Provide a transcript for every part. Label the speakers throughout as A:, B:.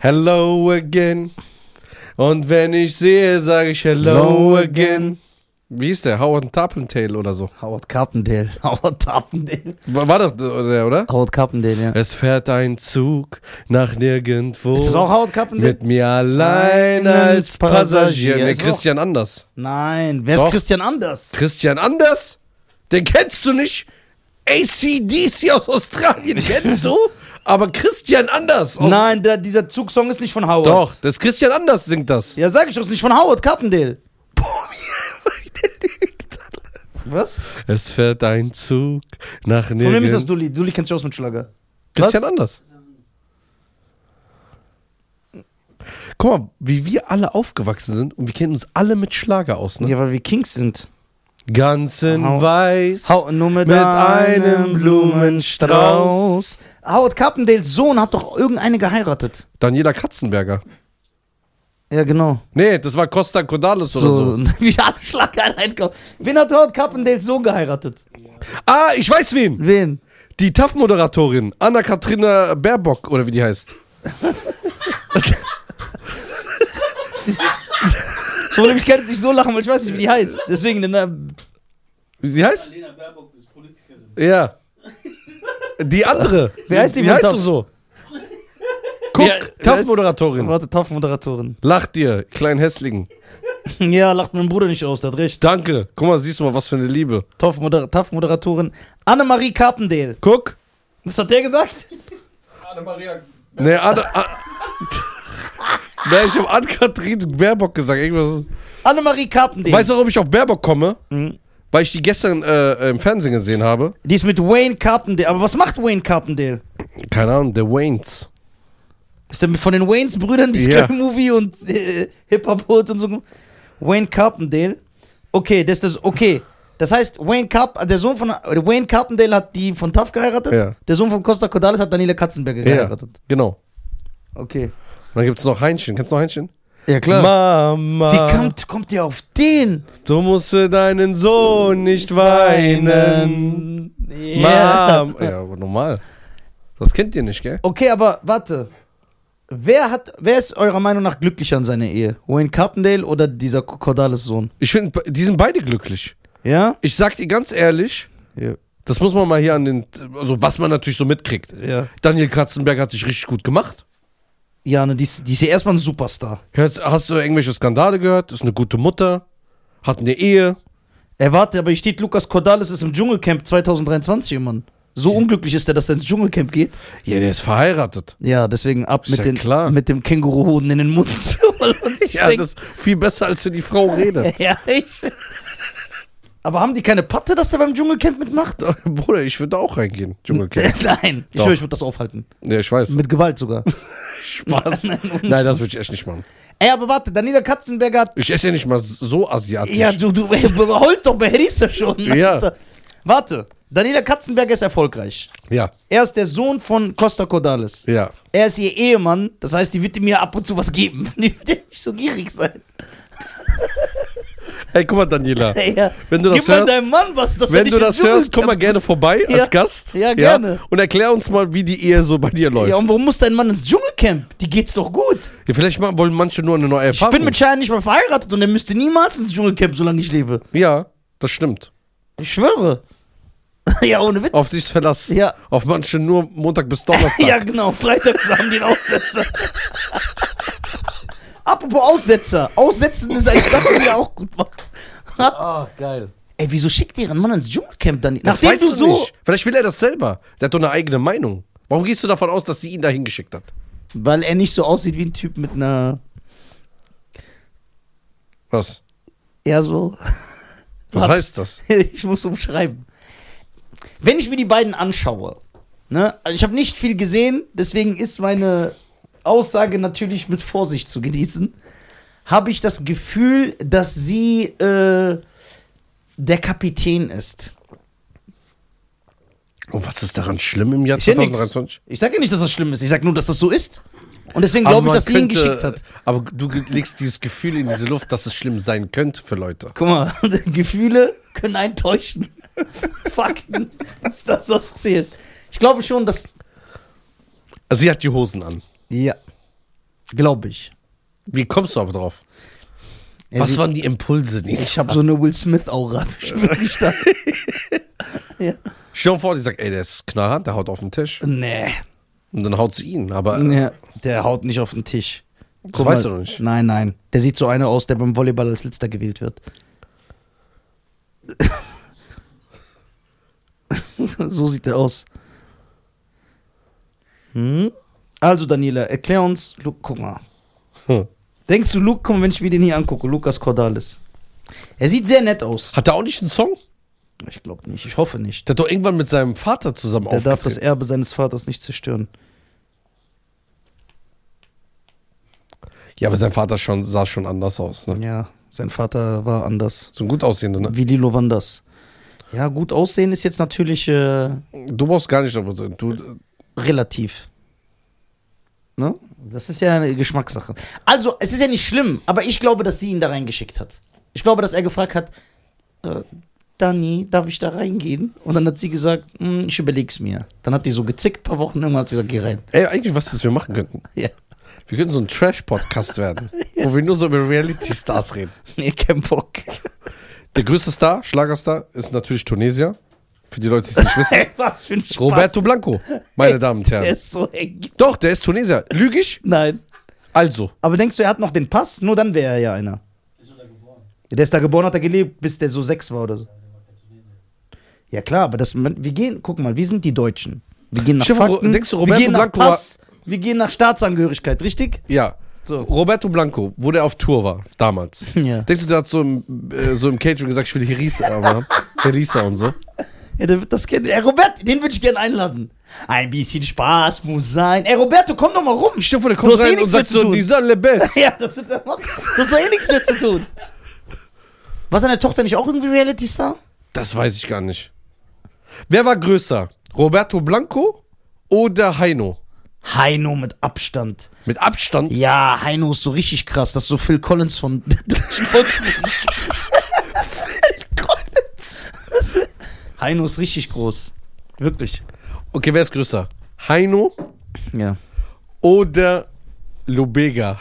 A: Hello again. Und wenn ich sehe, sage ich Hello,
B: Hello
A: again.
B: again.
A: Wie ist der? Howard Carpendale oder so.
B: Howard Carpendale. Howard Carpendale.
A: War, war doch der, oder?
B: Howard Carpendale, ja.
A: Es fährt ein Zug nach nirgendwo.
B: Ist das auch Howard Carpendale?
A: Mit mir allein als
B: als
A: Passagier.
B: Passagier.
A: Nee,
B: Ist auch-
A: Christian Anders.
B: Nein. Wer ist
A: Doch.
B: Christian Anders?
A: Christian Anders? Den kennst du nicht? ACDC aus Australien kennst du? Aber Christian Anders aus
B: Nein, der, dieser Zugsong ist nicht von Howard.
A: Doch, das Christian Anders singt das.
B: Ja, sag ich doch, ist nicht von Howard Carpendale.
A: Boah, wie der liegt.
B: Was?
A: Es fährt ein Zug nach nirgends.
B: Von wem ist das Dulli? Dulli kennt sich aus mit Schlager.
A: Christian Anders. Guck mal, wie wir alle aufgewachsen sind und wir kennen uns alle mit Schlager aus, ne?
B: Ja, weil wir Kings sind.
A: Ganz in
B: Hau-
A: weiß.
B: Hau- nur mit,
A: Mit einem
B: einem
A: Blumenstrauß.
B: Blumenstrauß. Howard Carpendales Sohn hat doch irgendeine geheiratet.
A: Daniela Katzenberger.
B: Ja, genau.
A: Nee, das war Costa Cordalis
B: So,
A: oder so.
B: wie alle Schlager reinkommen. Wen hat Howard Carpendales Sohn geheiratet?
A: Ah, ich weiß wen.
B: Wen?
A: Die TAF-Moderatorin. Anna-Katrina Baerbock, oder wie die heißt.
B: So, ich kann jetzt nicht so lachen, weil ich weiß nicht, wie die heißt. Deswegen, ne,
A: Wie sie heißt?
C: Lena Baerbock ist Politikerin.
A: Ja. Die andere.
B: Wer heißt die
A: Wie
B: von
A: heißt
B: TAF?
A: du so? Guck,
B: Wer- wer
A: TAF-Moderatorin.
B: warte, Taff-Moderatorin.
A: Lacht dir, kleinen Hässlichen.
B: Ja, lacht mein Bruder nicht aus, der hat recht.
A: Danke. Guck mal, siehst du mal, was für eine Liebe.
B: Taff-Moderatorin. Annemarie Carpendale.
A: Guck.
B: Was hat der gesagt?
C: Anne-Maria.
A: Nee, Anna. A- Nee, ich hab Ann-Kathrin Baerbock gesagt. Irgendwas.
B: Annemarie Carpendale.
A: Weißt du, warum ich auf Baerbock komme?
B: Mhm.
A: Weil ich die gestern äh, im Fernsehen gesehen habe.
B: Die ist mit Wayne Carpendale. Aber was macht Wayne Carpendale?
A: Keine Ahnung, The Waynes.
B: Ist der mit- von den Waynes Brüdern, die
A: Ja.
B: Scary Movie und äh, Hip-Hop-Hood und so. Wayne Carpendale. Okay, das ist das. Okay. Das heißt, Wayne Carp der Sohn von äh, Wayne Carpendale hat die von Taff geheiratet.
A: Ja.
B: Der Sohn von Costa Cordalis hat Daniela Katzenberger
A: Ja.
B: geheiratet.
A: Genau.
B: Okay.
A: Und dann gibt's noch Heinchen. Kennst du noch Heinchen?
B: Ja, klar.
A: Mama.
B: Wie kommt, kommt ihr auf den?
A: Du musst für deinen Sohn nicht weinen.
B: Ja.
A: Mom. Ja, aber normal. Das kennt ihr nicht, gell?
B: Okay, aber warte. Wer, hat, wer ist eurer Meinung nach glücklicher in seiner Ehe? Wayne Carpendale oder dieser Cordalis-Sohn?
A: Ich finde, die sind beide glücklich.
B: Ja?
A: Ich sag dir ganz ehrlich,
B: Ja.
A: das muss man mal hier an den, also was man natürlich so mitkriegt.
B: Ja,
A: Daniel Katzenberg hat sich richtig gut gemacht.
B: ne, die, ist- die ist ja erstmal ein Superstar.
A: Hast, hast du irgendwelche Skandale gehört? Ist eine gute Mutter, hat eine Ehe.
B: Ey, warte, aber hier steht, Lukas Cordalis ist im Dschungelcamp 2023, Mann. So unglücklich ist er, dass er ins Dschungelcamp geht.
A: Ja, der ist verheiratet.
B: Ja, deswegen ab
A: Ist
B: mit,
A: ja
B: den,
A: klar.
B: mit dem Känguruhoden in den Mund zu holen und sich
A: Ja,
B: denken-
A: das ist viel besser, als wenn die Frau redet.
B: Ja, ich. Aber haben die keine Patte, dass der beim Dschungelcamp mitmacht?
A: Bruder, ich würde auch reingehen. Dschungelcamp.
B: Nein. Ich
A: Doch.
B: schwöre, ich würde das aufhalten.
A: Ja, ich weiß.
B: Mit Gewalt sogar.
A: Spaß. Nein, das würde ich echt nicht machen.
B: Ey, aber warte, Daniela Katzenberger hat.
A: Ich esse ja nicht mal so asiatisch.
B: Ja, du, du ey, heult doch, behältst ja schon.
A: Ja.
B: Alter. Warte, Daniela Katzenberger ist erfolgreich.
A: ja,
B: Er ist der Sohn von Costa Cordalis.
A: ja.
B: Er ist ihr Ehemann, das heißt, die wird ihm ja ab und zu was geben. Die wird ja nicht so gierig sein.
A: Hey, guck mal, Daniela.
B: Ey, ja.
A: Wenn du das
B: Gib mal
A: hörst-
B: deinem Mann was, dass er
A: Wenn
B: nicht
A: du
B: im
A: das hörst, komm mal
B: Dschungelcamp-
A: gerne vorbei
B: Ja.
A: als Gast.
B: Ja, gerne.
A: Und erklär uns mal, wie die Ehe so bei dir läuft.
B: Ja, um
A: Ja,
B: und warum muss dein Mann ins Dschungelcamp? Die geht's doch gut.
A: vielleicht machen, wollen manche nur eine neue
B: Ich
A: Erfahrung.
B: bin mit Schein nicht mal verheiratet und er müsste niemals ins Dschungelcamp, solange ich lebe.
A: ja, das stimmt.
B: Ich schwöre. ja, ohne Witz.
A: Auf dich ist Verlass.
B: Ja.
A: Auf manche nur Montag bis Donnerstag.
B: ja, genau. Freitags haben die einen Aussetzer. Apropos Aussetzer. Aussetzen ist ein Satz, den wir auch gut machen.
A: Ah, geil.
B: Ey, wieso schickt ihr ihren Mann ins Dschungelcamp dann?
A: Das weißt du so nicht. Vielleicht will er das selber. Der hat doch eine eigene Meinung. Warum gehst du davon aus, dass sie ihn da hingeschickt hat?
B: Weil er nicht so aussieht wie ein Typ mit einer.
A: Was?
B: eher so.
A: Was
B: Warte.
A: heißt das?
B: ich muss umschreiben. Wenn ich mir die beiden anschaue, ne, also ich habe nicht viel gesehen, deswegen ist meine Aussage natürlich mit Vorsicht zu genießen. Habe ich das Gefühl, dass sie äh, der Kapitän ist.
A: Und was ist daran schlimm im Jahr
B: Ich sag ja
A: 2023?
B: nichts. Ich sage ja nicht, dass das schlimm ist. Ich sage nur, dass das so ist. Und deswegen glaube
A: man
B: ich, dass sie ihn
A: könnte-
B: geschickt hat.
A: Aber du legst dieses Gefühl in diese Luft, dass es schlimm sein könnte für Leute.
B: Guck mal, Gefühle können einen täuschen. Fakten ist das, was zählt. Ich glaube schon, dass.
A: Sie hat die Hosen an.
B: Ja. Glaube ich.
A: Wie kommst du aber drauf?
B: Ja,
A: Was
B: sie-
A: waren die Impulse?
B: Ich habe so eine Will Smith-Aura. Ich bin nicht da. ja.
A: Stell dir vor, die sagt, ey, der ist knallhart, der haut auf den Tisch.
B: Nee.
A: Und dann haut sie ihn, aber
B: Ja, der haut nicht auf den Tisch.
A: das weißt du noch nicht.
B: Nein, nein. Der sieht so einer aus, der beim Volleyball als letzter gewählt wird. so sieht er aus. Hm? Also, Daniela, erklär uns. Lu- Guck mal.
A: Hm.
B: Denkst du, Luke, komm, wenn ich mir den hier angucke, Lukas Cordalis. Er sieht sehr nett aus.
A: Hat er auch nicht einen Song?
B: Ich glaube nicht. Ich hoffe nicht.
A: Der hat doch irgendwann mit seinem Vater zusammen
B: Er darf das
A: aufgetreten.
B: Erbe seines Vaters nicht zerstören.
A: Ja, aber sein Vater schon, sah schon anders aus. Ne?
B: Ja, sein Vater war anders.
A: So ein gut aussehender, ne?
B: Wie Lilo Wanders. Ja, gut aussehen ist jetzt natürlich äh,
A: Du brauchst gar nicht darüber zu reden. Du,
B: relativ. Ne? Das ist ja eine Geschmackssache. Also, es ist ja nicht schlimm, aber ich glaube, dass sie ihn da reingeschickt hat. Ich glaube, dass er gefragt hat, äh, Dani, darf ich da reingehen? Und dann hat sie gesagt, "Hm, ich überleg's mir. Dann hat die so gezickt, ein paar Wochen, irgendwann hat sie gesagt, geh rein.
A: äh, ey, eigentlich, was das wir machen könnten?
B: Ja.
A: Wir könnten so ein Trash-Podcast werden, wo wir nur so über Reality-Stars reden.
B: Nee, kein Bock.
A: Der größte Star, Schlagerstar, ist natürlich Tunesier. Für die Leute, die es nicht wissen.
B: Ey, was für ein Spaß.
A: Roberto Blanco, meine Damen und
B: der
A: Herren.
B: ist so eng.
A: Doch, der ist Tunesier. Lüge ich?
B: Nein.
A: Also.
B: Aber denkst du, er hat noch den Pass? Nur dann wäre er ja einer.
C: Ist so da geboren.
B: Der ist da geboren, hat er gelebt, bis der so sechs war oder so. Ja klar, aber das, man- wir gehen, guck mal, wir sind die Deutschen. Wir gehen nach
A: Stefan, Ro-
B: Fakten,
A: denkst du,
B: wir
A: Roberto
B: gehen nach
A: Blanco
B: Pass, wir gehen nach Staatsangehörigkeit, richtig?
A: Ja.
B: So.
A: Roberto Blanco, wo der auf Tour war, damals.
B: Ja.
A: Denkst du, der hat so im, äh, so im Catering gesagt, ich will Herisa haben? Herisa und so.
B: Ja, der wird das kennen. Ey, Robert, den würde ich gerne einladen. Ein bisschen Spaß muss sein. Ey, Roberto, komm doch mal rum.
A: Ich stelle vor, der
B: Du
A: kommt
B: hast eh
A: rein
B: nichts
A: und sagt
B: mehr zu
A: so,
B: tun.
A: die sind le best.
B: Ja, das wird er machen. Das hat eh nichts mehr zu tun. War seine Tochter nicht auch irgendwie Reality-Star?
A: Das weiß ich gar nicht. Wer war größer? Roberto Blanco oder Heino?
B: Heino mit Abstand.
A: Mit Abstand.
B: Ja, Heino ist so richtig krass. Das ist so Phil Collins von der deutschen Volksmusik. Phil Collins. Heino ist richtig groß. Wirklich.
A: Okay, wer ist größer? Heino
B: Ja.
A: oder Lubega?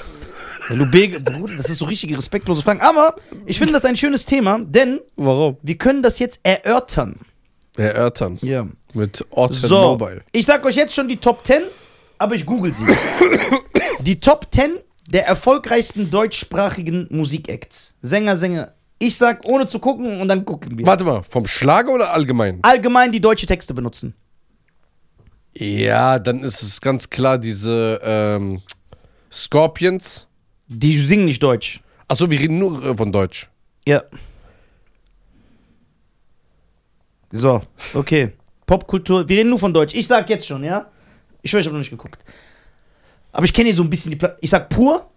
B: Lubege, Bruder, das ist so richtige respektlose Fragen. Aber ich finde das ein schönes Thema, denn
A: Warum?
B: wir können das jetzt erörtern.
A: Erörtern.
B: Ja.
A: Äh, Mit Orton
B: So,
A: Mobile.
B: ich sag euch jetzt schon die Top 10, aber ich google sie. die Top 10 der erfolgreichsten deutschsprachigen Musikacts. Sänger, Sänger. Ich sag ohne zu gucken und dann gucken wir.
A: Warte mal, vom Schlager oder allgemein?
B: allgemein die deutsche Texte benutzen.
A: Ja, dann ist es ganz klar diese ähm, Scorpions.
B: Die singen nicht Deutsch.
A: Achso, wir reden nur äh, von Deutsch.
B: Ja. So, okay. Popkultur, wir reden nur von Deutsch. Ich sag jetzt schon, ja? Ich schwör, ich habe noch nicht geguckt. Aber ich kenne hier so ein bisschen die Pla Ich sag pur.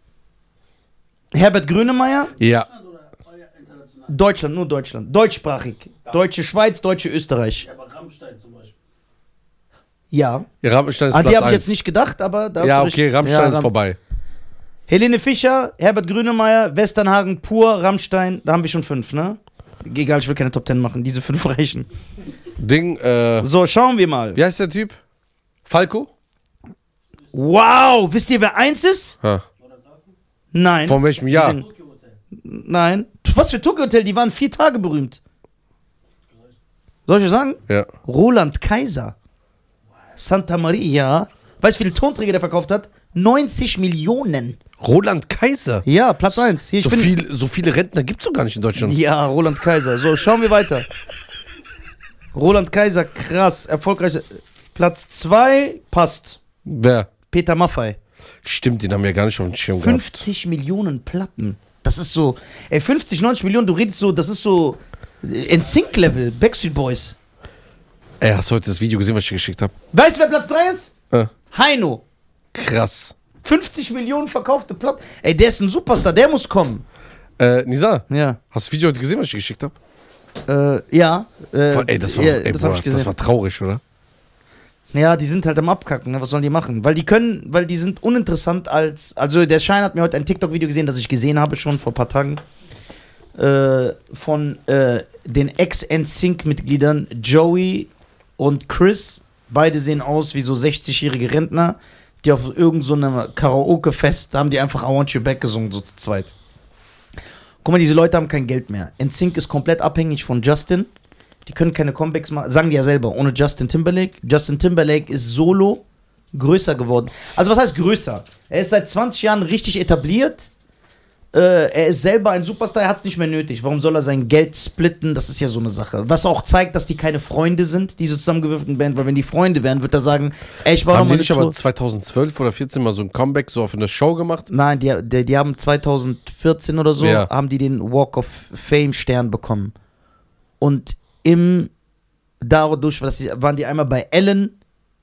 B: Herbert Grönemeyer,
A: Ja.
C: Deutschland oder euer international?
B: Deutschland, nur Deutschland. Deutschsprachig. Deutsche Schweiz, Deutsche Österreich.
C: Ja, aber Rammstein zum Beispiel.
B: Ja.
A: ja Rammstein ist
B: An Ah, die
A: Platz
B: habe ich
A: 1.
B: jetzt nicht gedacht, aber da hast
A: ja,
B: du recht.
A: okay, Rammstein
B: Ja,
A: ist
B: Ramm-
A: vorbei.
B: Helene Fischer, Herbert Grönemeyer, Westernhagen, Pur, Rammstein, da haben wir schon fünf, ne? Egal, ich will keine Top Ten machen, diese fünf reichen.
A: Ding, äh,
B: So, schauen wir mal.
A: wie heißt der Typ? Falco?
B: Wow, wisst ihr, wer eins ist?
A: Ha.
C: Oder Daten?
B: Nein.
A: Von welchem Jahr?
B: Die
C: Tokyo Hotel.
B: sind- Nein. Was für Tokyo Hotel, die waren vier Tage berühmt. Soll ich euch sagen?
A: Ja.
B: Roland Kaiser. Santa Maria. Weißt du, wie viele Tonträger der verkauft hat? 90 Millionen.
A: Roland Kaiser.
B: Ja, Platz eins. Hier, ich
A: So,
B: bin.
A: viel, so viele Rentner gibt es doch gar nicht in Deutschland.
B: Ja, Roland Kaiser. So, schauen wir weiter. Roland Kaiser, krass, erfolgreich. Platz 2 passt.
A: Wer?
B: Peter Maffei.
A: Stimmt, den haben wir gar nicht auf dem Schirm gehabt.
B: 50 Millionen Platten. Das ist so. Ey, 50, 90 Millionen, du redest so, das ist so. äh, NSYNC-Level, Backstreet Boys.
A: Ey, hast du heute das Video gesehen, was ich dir geschickt habe?
B: Weißt du, wer Platz 3 ist?
A: Äh,
B: Heino.
A: krass.
B: 50 Millionen verkaufte Platten. Ey, der ist ein Superstar, der muss kommen.
A: Äh, Nisa,
B: Ja.
A: hast du das Video heute gesehen, was ich dir geschickt habe?
B: Äh, ja. Äh,
A: Ey, das war,
B: ja,
A: ey,
B: das hab
A: boah,
B: ich gesehen.
A: das war traurig, oder?
B: Ja, die sind halt am Abkacken, ne? was sollen die machen? Weil die können, weil die sind uninteressant als. Also der Schein hat mir heute ein TikTok-Video gesehen, das ich gesehen habe schon vor ein paar Tagen. Äh, von äh, den Ex-NSYNC-Mitgliedern Joey und Chris. Beide sehen aus wie so 60-jährige Rentner. die auf irgendeinem so einem Karaoke-Fest, da haben die einfach I Want You Back gesungen, so zu zweit. Guck mal, diese Leute haben kein Geld mehr. NSYNC ist komplett abhängig von Justin. Die können keine Comebacks machen, sagen die ja selber, ohne Justin Timberlake. Justin Timberlake ist solo größer geworden. Also was heißt größer? Er ist seit 20 Jahren richtig etabliert. Äh, er ist selber ein Superstar, er hat es nicht mehr nötig. Warum soll er sein Geld splitten? Das ist ja so eine Sache. Was auch zeigt, dass die keine Freunde sind, diese zusammengewürfelten Band, weil wenn die Freunde wären, wird er sagen, ey, ich war
A: Haben
B: noch mal
A: die
B: eine
A: nicht aber
B: Tour.
A: 2012 oder 14 mal so ein Comeback so auf eine Show gemacht?
B: Nein, die, die, die haben 2014 oder so,
A: Ja.
B: haben die den Walk of Fame Stern bekommen. Und im dadurch war das- waren die einmal bei Ellen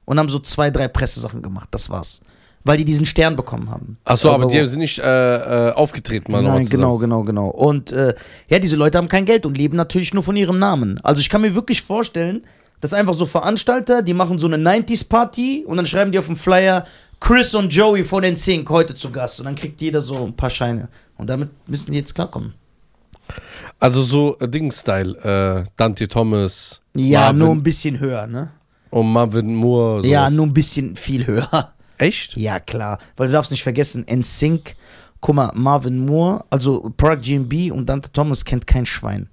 B: und haben so zwei, drei Pressesachen gemacht. Das war's. Weil die diesen Stern bekommen haben.
A: Achso, aber
B: Warum?
A: die sind nicht äh, äh, aufgetreten, mal nochmal
B: Nein,
A: zusammen.
B: genau, genau, genau. Und äh, ja, diese Leute haben kein Geld und leben natürlich nur von ihrem Namen. Also ich kann mir wirklich vorstellen, dass einfach so Veranstalter, die machen so eine 90s-Party und dann schreiben die auf dem Flyer Chris und Joey von den Sync heute zu Gast. Und dann kriegt jeder so ein paar Scheine. Und damit müssen die jetzt klarkommen. genau.
A: Also so äh, Ding-Style, äh, Dante Thomas
B: Ja,
A: Marvin
B: nur ein bisschen höher, ne?
A: und Marvin Moore. sowas.
B: Ja, nur ein bisschen viel höher.
A: Echt?
B: Ja, klar. Weil du darfst nicht vergessen, NSYNC, guck mal, Marvin Moore, also Park G&B und Dante Thomas kennt kein Schwein.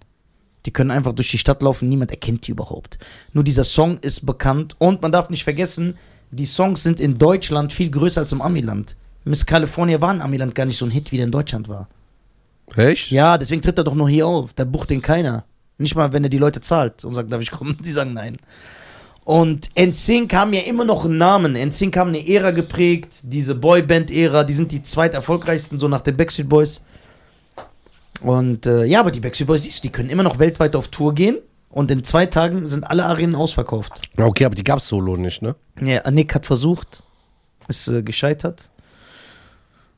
B: Die können einfach durch die Stadt laufen, niemand erkennt die überhaupt. Nur dieser Song ist bekannt und man darf nicht vergessen, die Songs sind in Deutschland viel größer als im Amiland. Miss California war in Amiland gar nicht so ein Hit, wie der in Deutschland war.
A: Echt?
B: Ja, deswegen tritt er doch nur hier auf. Da bucht den keiner. Nicht mal, wenn er die Leute zahlt und sagt, darf ich kommen? Die sagen nein. Und NSYNC haben ja immer noch einen Namen. NSYNC haben eine Ära geprägt, diese Boyband-Ära. Die sind die zweiterfolgreichsten, so nach den Backstreet Boys. Und äh, ja, aber die Backstreet Boys, siehst du, die können immer noch weltweit auf Tour gehen. Und in zwei Tagen sind alle Arenen ausverkauft.
A: Okay, aber die gab's solo nicht, ne?
B: Ja, Nick hat versucht, ist äh, gescheitert.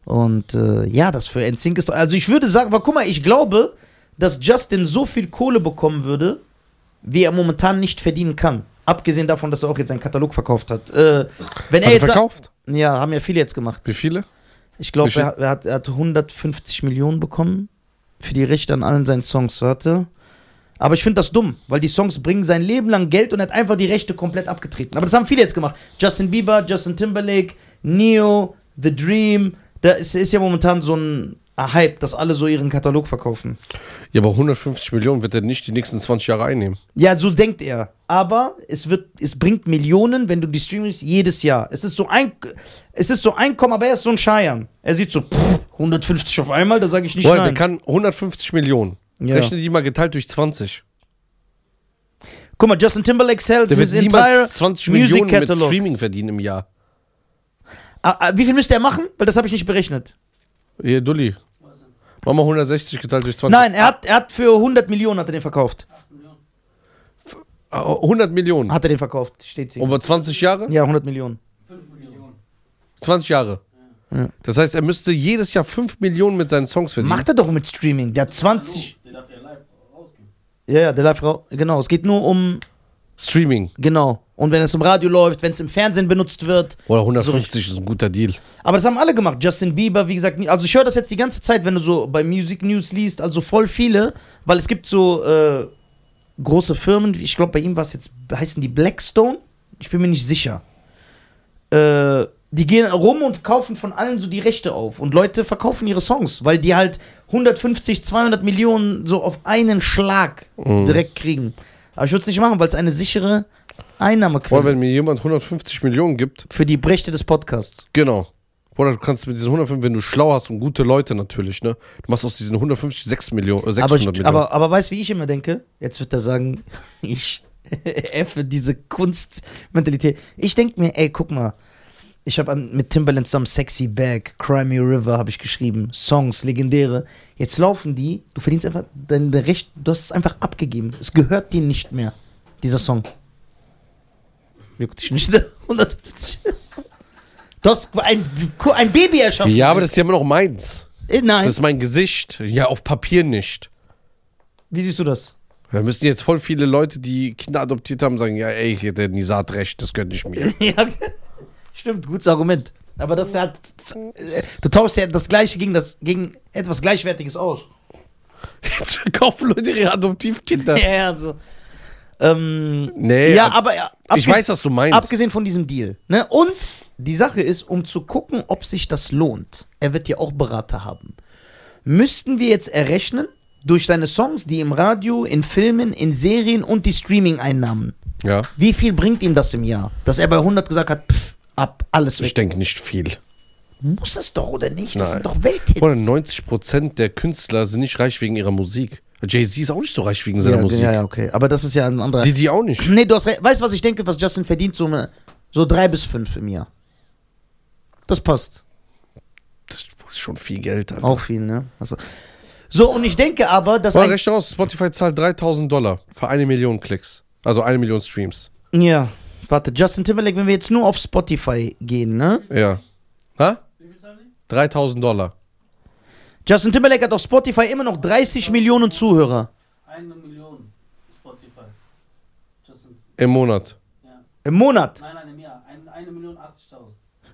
B: Und äh, ja, das für NSYNC ist doch. Also ich würde sagen, aber guck mal, ich glaube, dass Justin so viel Kohle bekommen würde, wie er momentan nicht verdienen kann. Abgesehen davon, dass er auch jetzt seinen Katalog verkauft hat. Äh, wenn
A: Hat
B: er
A: er
B: jetzt
A: verkauft?
B: Ja, haben ja viele jetzt gemacht.
A: Wie viele?
B: Ich
A: Wie
B: glaube,
A: viel?
B: er, er, hat, er hat 150 Millionen bekommen für die Rechte an allen seinen Songs. Warte. Aber ich finde das dumm, weil die Songs bringen sein Leben lang Geld und er hat einfach die Rechte komplett abgetreten. Aber das haben viele jetzt gemacht. Justin Bieber, Justin Timberlake, Neo, The Dream. Da ist, ist ja momentan so ein Hype, dass alle so ihren Katalog verkaufen.
A: Ja, aber 150 Millionen wird er nicht die nächsten 20 Jahre einnehmen.
B: Ja, so denkt er. Aber es wird, es bringt Millionen, wenn du die streamst, jedes Jahr. Es ist so ein, es ist so Einkommen, aber er ist so ein Scheiern. Er sieht so, pff, 150 auf einmal, da sage ich nicht
A: Boah, der
B: nein.
A: kann 150 Millionen.
B: Ja.
A: Rechne die mal geteilt durch 20.
B: Guck mal, Justin Timberlake sells
A: Der
B: his
A: wird
B: entire
A: niemals 20
B: music
A: Millionen mit
B: catalog.
A: Streaming verdienen im Jahr.
B: Ah, ah, wie viel müsste er machen? Weil das habe ich nicht berechnet.
A: Hier, Dulli,
C: Was denn?
A: mach mal 160 geteilt durch 20.
B: Nein, er hat, er hat für 100 Millionen hat er den verkauft.
C: 8 Millionen?
A: Ah, 100 Millionen.
B: Hat er den verkauft, steht hier.
A: Über 20 Jahre?
B: Ja, 100 Millionen.
C: 5 Millionen.
A: 20 Jahre.
B: Ja.
A: Das heißt, er müsste jedes Jahr 5 Millionen mit seinen Songs verdienen.
B: Macht er doch mit Streaming. Der hat 20.
C: Hallo, der darf ja live rausgehen.
B: Ja, ja, der live rau- Genau, es geht nur um.
A: Streaming.
B: Genau. Und wenn es im Radio läuft, wenn es im Fernsehen benutzt wird.
A: Oder 150 ist ein guter Deal.
B: Aber das haben alle gemacht. Justin Bieber, wie gesagt, nie- also ich höre das jetzt die ganze Zeit, wenn du so bei Music News liest, also voll viele, weil es gibt so äh, große Firmen, ich glaube bei ihm war es jetzt, heißen die Blackstone? Ich bin mir nicht sicher. Äh, die gehen rum und kaufen von allen so die Rechte auf und Leute verkaufen ihre Songs, weil die halt 150, 200 Millionen so auf einen Schlag
A: Mhm.
B: direkt kriegen. Aber ich würde es nicht machen, weil es eine sichere Einnahmequelle
A: Boah, wenn mir jemand 150 Millionen gibt,
B: für die Brechte des Podcasts.
A: genau. Oder du kannst mit diesen 150, wenn du schlau hast und gute Leute natürlich, ne? Du machst aus diesen 150 6 Millionen, äh, 600
B: Aber, ich,
A: Millionen.
B: aber, aber weißt du, wie ich immer denke? Jetzt wird er sagen, ich effe diese Kunstmentalität. Ich denke mir, ey, guck mal, ich habe mit Timbaland zusammen Sexy Bag, Crimey River habe ich geschrieben, Songs, legendäre. Jetzt laufen die, du verdienst einfach dein dein Recht, du hast es einfach abgegeben. Es gehört dir nicht mehr, dieser Song. Juckt dich nicht, 150. Du hast ein, ein Baby erschaffen.
A: ja, aber das ist ja immer noch meins.
B: Äh, Nein.
A: Das ist mein Gesicht. Ja, auf Papier nicht.
B: wie siehst du das?
A: Da müssen jetzt voll viele Leute, die Kinder adoptiert haben, sagen, ja, ey, hier, der Nisa hat recht, das gönne ich mir.
B: ja, stimmt, gutes Argument. Aber das ist halt. Du tauschst ja das Gleiche gegen, das, gegen etwas Gleichwertiges aus.
A: Jetzt verkaufen Leute ihre Adoptivkinder.
B: Ja, ja, so. Ähm,
A: Nee,
B: ja,
A: also,
B: aber. ja,
A: ich
B: abges-
A: weiß, was du meinst.
B: Abgesehen von diesem Deal. Ne? Und die Sache ist, um zu gucken, ob sich das lohnt, er wird ja auch Berater haben, müssten wir jetzt errechnen, durch seine Songs, die im Radio, in Filmen, in Serien und die Streaming-Einnahmen,
A: Ja.
B: wie viel bringt ihm das im Jahr? Dass er bei 100 gesagt hat, pff, ab, alles
A: Ich
B: weg.
A: denke nicht viel.
B: Muss es doch, oder nicht?
A: Nein.
B: Das sind doch Welthits.
A: Oder 90% der Künstler sind nicht reich wegen ihrer Musik. Jay-Z ist auch nicht so reich wegen seiner
B: ja,
A: Musik.
B: Ja, ja, okay. Aber das ist ja ein anderer.
A: Die, die auch nicht.
B: nee, du hast recht. Weißt du, was ich denke, was Justin verdient? So, eine- so drei bis fünf im Jahr. Das passt.
A: Das ist schon viel Geld. Alter.
B: Auch viel, ne? Also. So, und ich denke aber, dass.
A: Mal
B: Ein,
A: recht aus, Spotify zahlt 3000 Dollar für eine Million Klicks. Also eine Million Streams.
B: ja, warte, Justin Timberlake, wenn wir jetzt nur auf Spotify gehen, ne?
A: Ja. Ha?
C: Wie viel zahlen die?
A: 3000 Dollar.
B: Justin Timberlake hat auf Spotify immer noch 30 Millionen Zuhörer
C: Eine Million Spotify. Justin.
A: Im Monat.
C: Ja.
B: im Monat.
C: Nein, nein, im Jahr. Ein, eine Million 80.000.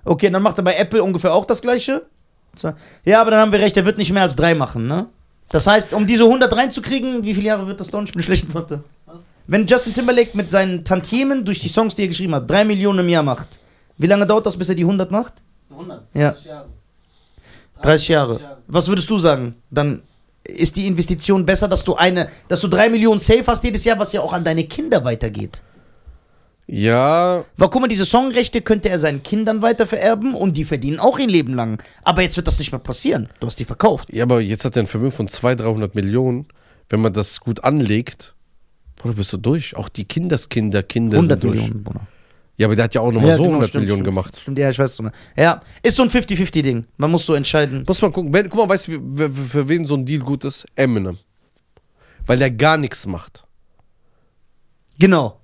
B: Okay, dann macht er bei Apple ungefähr auch das gleiche. So. Ja, aber dann haben wir recht, er wird nicht mehr als drei machen, ne? Das heißt, um diese 100 reinzukriegen, wie viele Jahre wird das dauern? Ich bin schlecht in Mathe.
C: Was?
B: Wenn Justin Timberlake mit seinen Tantiemen durch die Songs, die er geschrieben hat, 3 Millionen im Jahr macht, wie lange dauert das, bis er die 100 macht?
C: 100.
B: Ja.
C: 30 Jahre.
B: 30 Jahre. Was würdest du sagen? Dann ist die Investition besser, dass du eine, dass du 3 Millionen safe hast jedes Jahr, was ja auch an deine Kinder weitergeht.
A: Ja,
B: Weil guck mal, diese Songrechte könnte er seinen Kindern weitervererben und die verdienen auch ihr Leben lang. Aber jetzt wird das nicht mehr passieren. Du hast die verkauft.
A: ja, aber jetzt hat er ein Vermögen von 200, 300 Millionen. Wenn man das gut anlegt, Bruder, bist du durch. Auch die Kindeskinder, Kinder
B: 100
A: sind durch.
B: Millionen, Bruder.
A: Ja, aber der hat ja auch nochmal so 100 Millionen
B: stimmt,
A: gemacht.
B: Stimmt, ja, ich weiß nicht. Ja, ist so ein 50-50-Ding. Man muss so entscheiden.
A: Muss man gucken. Wenn, guck mal, weißt du, wie- wer- für, für wen so ein Deal gut ist? Eminem. Weil der gar nichts macht.
B: Genau.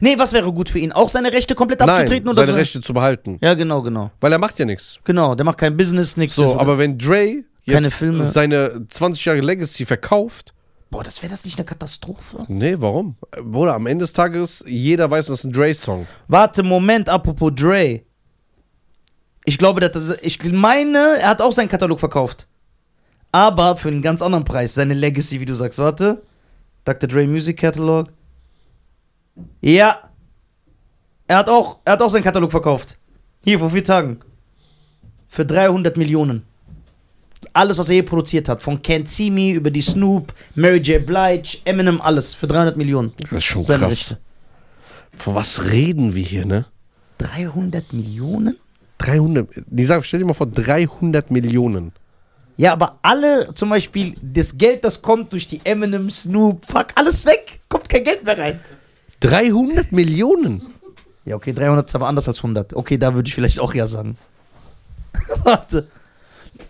B: Nee, was wäre gut für ihn? Auch seine Rechte komplett
A: Nein,
B: abzutreten? oder
A: seine
B: so?
A: Rechte zu behalten.
B: Ja, genau, genau.
A: Weil er macht ja nichts.
B: Genau, der macht kein Business, nichts.
A: So, aber wenn Dre jetzt
B: Keine Filme.
A: seine 20 Jahre Legacy verkauft,
B: Boah, das wäre das nicht eine Katastrophe?
A: nee, warum? Bruder, am Ende des Tages, jeder weiß, das ist ein Dre-Song.
B: Warte, Moment, apropos Dre. Ich glaube, dass das, ich meine, er hat auch seinen Katalog verkauft. Aber für einen ganz anderen Preis. Seine Legacy, wie du sagst. Warte. Dr. Dre Music Catalog. Ja. Er hat auch, er hat auch seinen Katalog verkauft. Hier, vor vier Tagen. Für 300 Millionen. Alles, was er je produziert hat. Von Can't See Me über die Snoop, Mary J. Blige, Eminem, alles. Für 300 Millionen.
A: Das ist schon
B: Seine
A: krass.
B: Rechte.
A: Von was reden wir hier, ne?
B: 300 Millionen?
A: 300, die sagen, stell dir mal vor, 300 Millionen.
B: Ja, aber alle, zum Beispiel, das Geld, das kommt durch die Eminem, Snoop, fuck, alles weg. Kommt kein Geld mehr rein.
A: 300 Millionen?
B: Ja, okay, 300 ist aber anders als 100. Okay, da würde ich vielleicht auch ja sagen. Warte.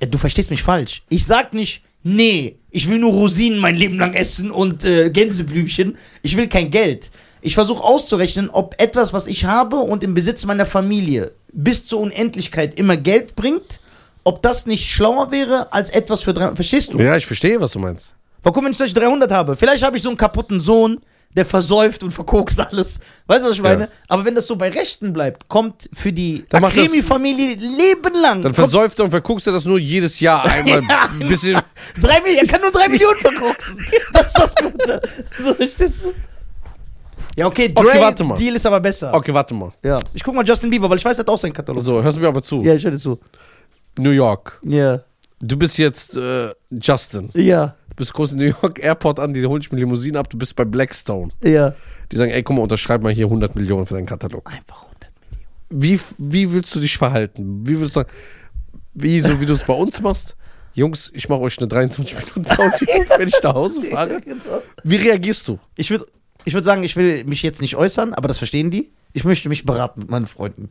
B: Ja, du verstehst mich falsch. Ich sag nicht, nee, ich will nur Rosinen mein Leben lang essen und äh, Gänseblümchen. Ich will kein Geld. Ich versuche auszurechnen, ob etwas, was ich habe und im Besitz meiner Familie bis zur Unendlichkeit immer Geld bringt, ob das nicht schlauer wäre als etwas für 300. Verstehst du?
A: Ja, ich verstehe, was du meinst.
B: Warum, guck, wenn ich vielleicht 300 habe? Vielleicht habe ich so einen kaputten Sohn, der versäuft und verkokst alles. Weißt du, was ich meine?
A: Ja.
B: Aber wenn das so bei Rechten bleibt, kommt für die
A: Dann macht das-
B: Akremi-Familie lebenlang.
A: Dann versäuft er und verguckst er das nur jedes Jahr einmal.
B: Ja. genau.
A: ein bisschen.
B: Drei Millionen, er kann nur drei Millionen verkoksen. Das ist das Gute. So, verstehst du? Ja, okay, Dre,
A: Okay, warte mal.
B: Deal ist aber besser.
A: Okay, warte mal.
B: Ja. Ich guck mal Justin Bieber, weil ich weiß, der hat auch seinen Katalog.
A: So, hörst du mir aber zu.
B: Ja, ich höre dir zu.
A: New York.
B: Ja.
A: Du bist jetzt äh, Justin.
B: Ja.
A: Du bist groß in New York Airport an, die holen dich mit Limousinen ab, du bist bei Blackstone.
B: Ja.
A: Die sagen, ey, guck mal, unterschreib mal hier 100 Millionen für deinen Katalog.
B: Einfach 100 Millionen.
A: Wie, f- wie willst du dich verhalten? Wie willst du sagen, wie, so wie du es bei uns machst? Jungs, ich mache euch eine 23 Minuten Pause, wenn ich nach Hause fahre. Wie reagierst du?
B: Ich würde ich würd sagen, ich will mich jetzt nicht äußern, aber das verstehen die. Ich möchte mich beraten mit meinen Freunden.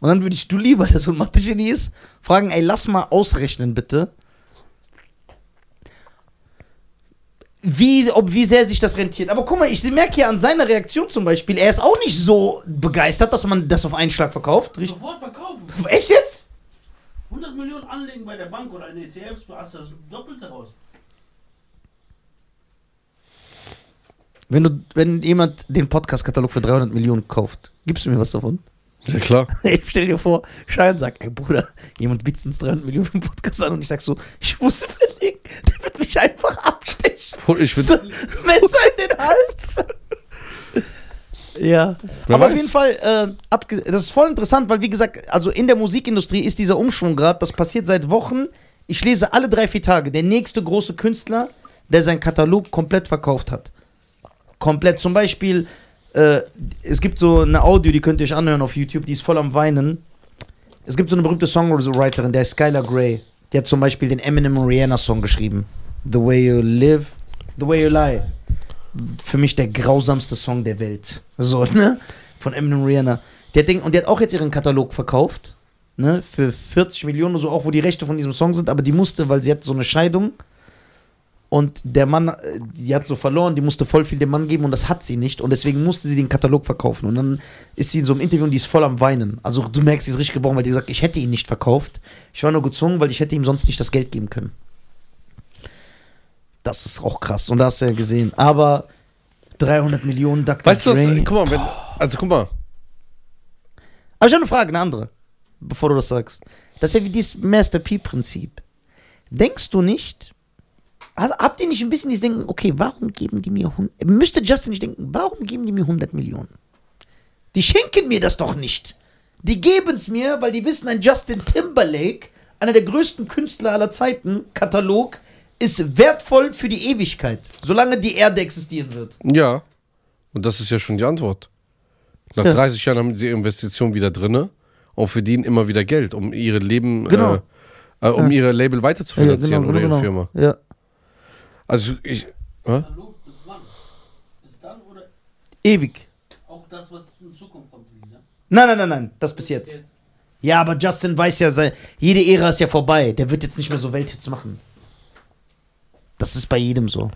B: Und dann würde ich, du lieber, der so ein Mathe-Genie ist, fragen, ey, lass mal ausrechnen, bitte. Wie, ob, wie sehr sich das rentiert. Aber guck mal, ich merke hier an seiner Reaktion zum Beispiel, er ist auch nicht so begeistert, dass man das auf einen Schlag verkauft. Richtig?
C: Sofort verkaufen.
B: Echt jetzt?
C: 100 Millionen anlegen bei der Bank oder in ETFs, du hast das Doppelte raus.
B: Wenn, du, wenn jemand den Podcast-Katalog für 300 Millionen kauft, gibst du mir was davon?
A: Ja, klar.
B: Ich stell dir vor, Schein sagt, ey Bruder, jemand bietet uns 300 Millionen für den Podcast an und ich sag so, ich muss überlegen, der wird mich einfach abstechen.
A: Ich
B: So,
A: würd,
B: Messer in den Hals. Ja.
A: Wer
B: Aber auf
A: weiß.
B: jeden Fall, äh, abge das ist voll interessant, weil wie gesagt, also in der Musikindustrie ist dieser Umschwung gerade, das passiert seit Wochen. Ich lese alle drei, vier Tage, der nächste große Künstler, der seinen Katalog komplett verkauft hat. Komplett. Zum Beispiel, äh, es gibt so eine Audio, die könnt ihr euch anhören auf YouTube, die ist voll am Weinen. Es gibt so eine berühmte Songwriterin, der ist Skylar Grey. Die hat zum Beispiel den Eminem und Rihanna Song geschrieben. The Way You Live, The Way You Lie für mich der grausamste Song der Welt. So, ne? Von Eminem und Rihanna. Der Ding, und der hat auch jetzt ihren Katalog verkauft, ne? Für 40 Millionen oder so, auch wo die Rechte von diesem Song sind, aber die musste, weil sie hat so eine Scheidung. Und der Mann, äh, die hat so verloren, die musste voll viel dem Mann geben und das hat sie nicht. Und deswegen musste sie den Katalog verkaufen. Und dann ist sie in so einem Interview und die ist voll am Weinen. Also du merkst, sie ist richtig gebrochen, weil die sagt, ich hätte ihn nicht verkauft. Ich war nur gezwungen, weil ich hätte ihm sonst nicht das Geld geben können. Das ist auch krass. Und da hast du ja gesehen. Aber 300 Millionen Dr.
A: Weißt du was?
B: Dre.
A: Guck mal, wenn, also guck mal.
B: Aber ich habe eine Frage, eine andere, bevor du das sagst. Das ist ja wie dieses Master P-Prinzip. Denkst du nicht, also habt ihr nicht ein bisschen dieses Denken, okay, warum geben die mir, hun- müsste Justin nicht denken, warum geben die mir 100 Millionen? Die schenken mir das doch nicht. Die geben es mir, weil die wissen, ein Justin Timberlake, einer der größten Künstler aller Zeiten, Katalog, ist wertvoll für die Ewigkeit, solange die Erde existieren wird.
A: Ja. Und das ist ja schon die Antwort. Nach 30 Jahren haben sie ihre Investition wieder drinne und verdienen immer wieder Geld, um ihre Leben,
B: Genau.
A: äh, äh, um ihre Label weiter zu finanzieren oder ihre Firma.
B: Ja.
A: Also ich, hä?
C: Katalog bis wann? Bis dann oder
B: Ewig.
C: auch das, was in Zukunft kommt? Ne?
B: Nein, nein, nein, nein, das bis jetzt. Ja, aber Justin weiß ja, sei- jede Ära ist ja vorbei. Der wird jetzt nicht mehr so Welthits machen. Das ist bei jedem so.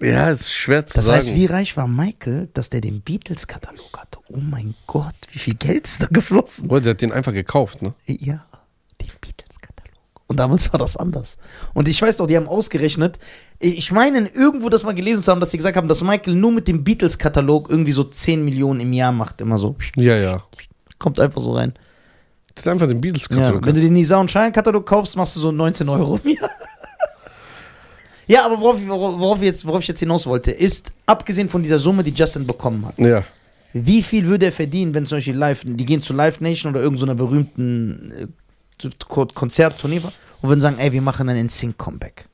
A: ja, es ist schwer zu
B: Das
A: sagen.
B: heißt, wie reich war Michael, dass der den Beatles-Katalog hatte? Oh mein Gott, wie viel Geld ist da geflossen?
A: oh, der hat den einfach gekauft, ne?
B: Ja, den Beatles-Katalog. Und damals war das anders. Und ich weiß noch, die haben ausgerechnet, ich meine irgendwo das mal gelesen zu haben, dass sie gesagt haben, dass Michael nur mit dem Beatles-Katalog irgendwie so 10 Millionen im Jahr macht. Immer so.
A: Ja, ja.
B: Kommt einfach so rein.
A: Der hat einfach den
B: Ja,
A: Beatles-Katalog.
B: wenn du den Nisa und Schein Katalog kaufst, machst du so 19 Euro im Jahr. ja, aber worauf, worauf, worauf, ich jetzt, worauf ich jetzt hinaus wollte, ist, abgesehen von dieser Summe, die Justin bekommen hat,
A: ja.
B: wie viel würde er verdienen, wenn zum Beispiel Live, die gehen zu Live Nation oder irgendeiner so einer berühmten äh, Ko- Konzerttournee und würden sagen, ey, wir machen einen Sync Comeback.